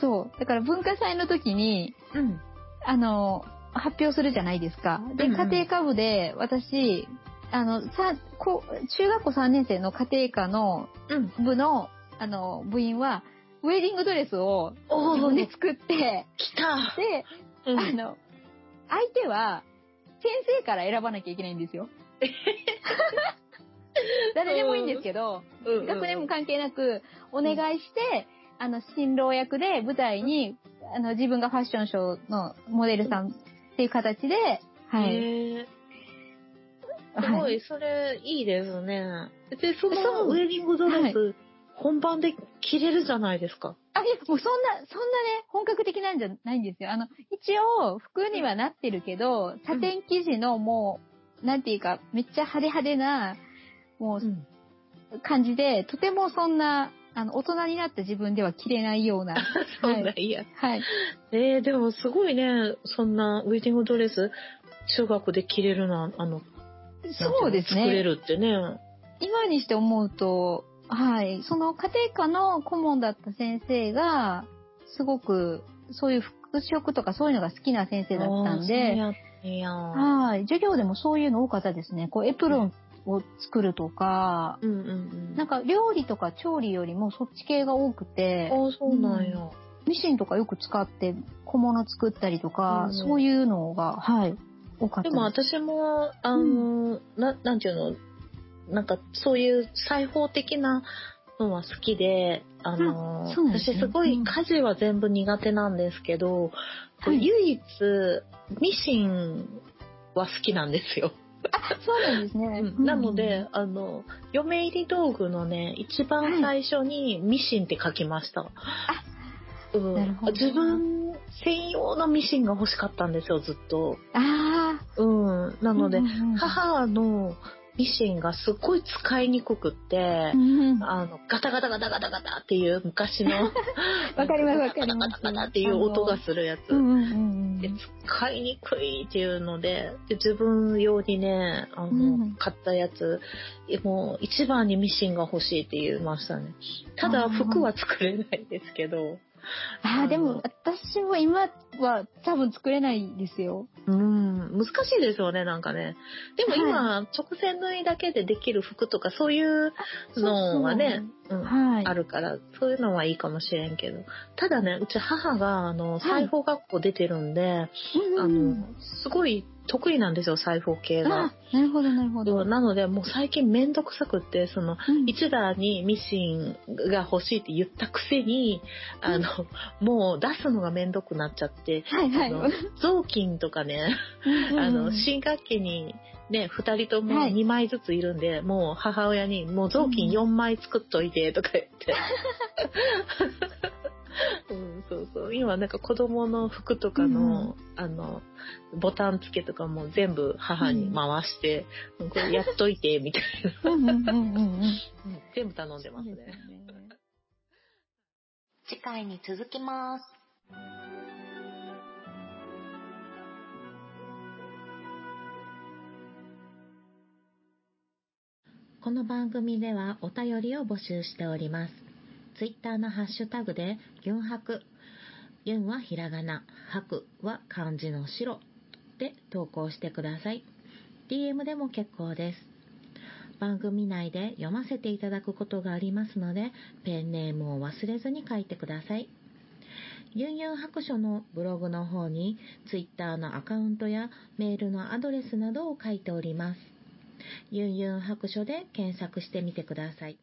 S2: そう。だから文化祭の時に、
S1: うん。
S2: あの、発表するじゃないですか。で、
S1: うんうん
S2: 家庭科部で、私、あの、さ、こ中学校3年生の家庭科の
S1: うん。
S2: 部の、あの、部員は、ウェディングドレスを
S1: おー
S2: 自分で作って、
S1: 来た。
S2: で、
S1: う
S2: あ
S1: ん。
S2: の、相手は、先生から選ばなきゃいけないんで すよ。誰でもいいんですけど、
S1: うん
S2: 学年も関係なく、お願いして、あの、新郎役で舞台に、あの、自分がファッションショーのモデルさんっていう形で、はい。
S1: へーす
S2: は
S1: ご
S2: い。
S1: い、それ、いいですね。で、その
S2: そう
S1: ウェディングドレ
S2: は
S1: ス、本番で着れるじゃないですか。
S2: あ、いや、もうそんな、そんなね、本格的なんじゃないんですよ。あの、一応、服にはなってるけど、サテン生地のもう、なんていうか、めっちゃ派手派手な、も
S1: ん。
S2: う、感じで、とてもそんな、あの、大人になった自分では着れないような、
S1: そうなんや。
S2: はい。
S1: えー、でもすごいね、そんなウェディングドレス、中学で着れるな、あの、
S2: そうですね。
S1: なんていうの作れるってね。
S2: 今にして思うと、はい、その家庭科の顧問だった先生が、すごくそういう服飾とかそういうのが好きな先生だった
S1: あー
S2: んで、
S1: そうやったんや
S2: はい、授業でもそういうの多かったですね。こうエプロンを作るとか、
S1: うんうんうん。
S2: なんか料理とか調理よりもそっち系が多くて、
S1: ああ、そうなんや。
S2: ミシンとかよく使って小物作ったりとか、
S1: うん
S2: そういうのが、はい、多かっ
S1: で
S2: たです。
S1: も私も、あの、な、なんていうの、なんかそういう裁縫的なのは好きで、あの、
S2: あそうなんですね
S1: 私すごい
S2: うん
S1: 家事は全部苦手なんですけど、
S2: はい
S1: 唯一ミシンは好きなんですよ。
S2: そうなんですね。
S1: うんなので、、あの、嫁入り道具のね、一番最初にミシンって書きました。うん
S2: なるほど
S1: 自分専用のミシンが欲しかったんですよ、ずっと。
S2: あ
S1: うん。な
S2: あ、
S1: ので
S2: う、んうんうん、
S1: 母のミシンがすっごい使いにくくって
S2: う、ん
S1: あの、ガタガタガタガタガタっていう昔の、わ
S2: わかりますわかりま
S1: ガタガタガ
S2: す
S1: タガタっていう音がするやつ。
S2: うんうんうん
S1: で
S2: うん
S1: 使いにくいっていうのでで自分用にねあの、
S2: うん
S1: 買ったやつもう一番にミシンが欲しいって言いましたねた
S2: あ
S1: だ
S2: ー
S1: 服は作れないですけど
S2: あ
S1: あ
S2: あ、
S1: の
S2: でも私も今は多分作れないですよ。
S1: うん難しいですよねなんかねでも今、直線縫いだけでできる服とかそういうのはねうん
S2: はい。
S1: あるからそういうのはいいかもしれんけどただねうち母があの裁縫学校出てるんで、
S2: うん
S1: あ
S2: うんう
S1: の
S2: ん
S1: すごい得意なんですよ裁縫系が。
S2: あ、なるほどなるほど。
S1: なのでもう最近めんどくさくってその
S2: うん
S1: 一打にミシンが欲しいって言ったくせにあの、もう出すのがめんどくなっちゃって
S2: はいはい。
S1: あの雑巾とかね、あの新学期にね2人とも
S2: はい
S1: 2枚ずついるんで、もう母親に「もう雑巾
S2: う
S1: 4
S2: ん
S1: 枚作っといて」とか言って。うん、そうそうそう。今なんか子供の服とかの、あの、ボタン付けとかも全部母に回して、これやっといて、みたい
S2: うんうんうんうんうん。
S1: な。全部頼んでます
S2: そうで
S1: ね。
S2: すよね
S1: 次回に続きます。この番組ではお便りを募集しております。ツイッターのハッシュタグで、ギュンハク、ギュンはひらがな、ハクは漢字の白で投稿してください。DM でも結構です。番組内で読ませていただくことがありますので、ペンネームを忘れずに書いてください。ユンユン白書のブログの方に、ツイッターのアカウントやメールのアドレスなどを書いております。ユンユン白書で検索してみてください。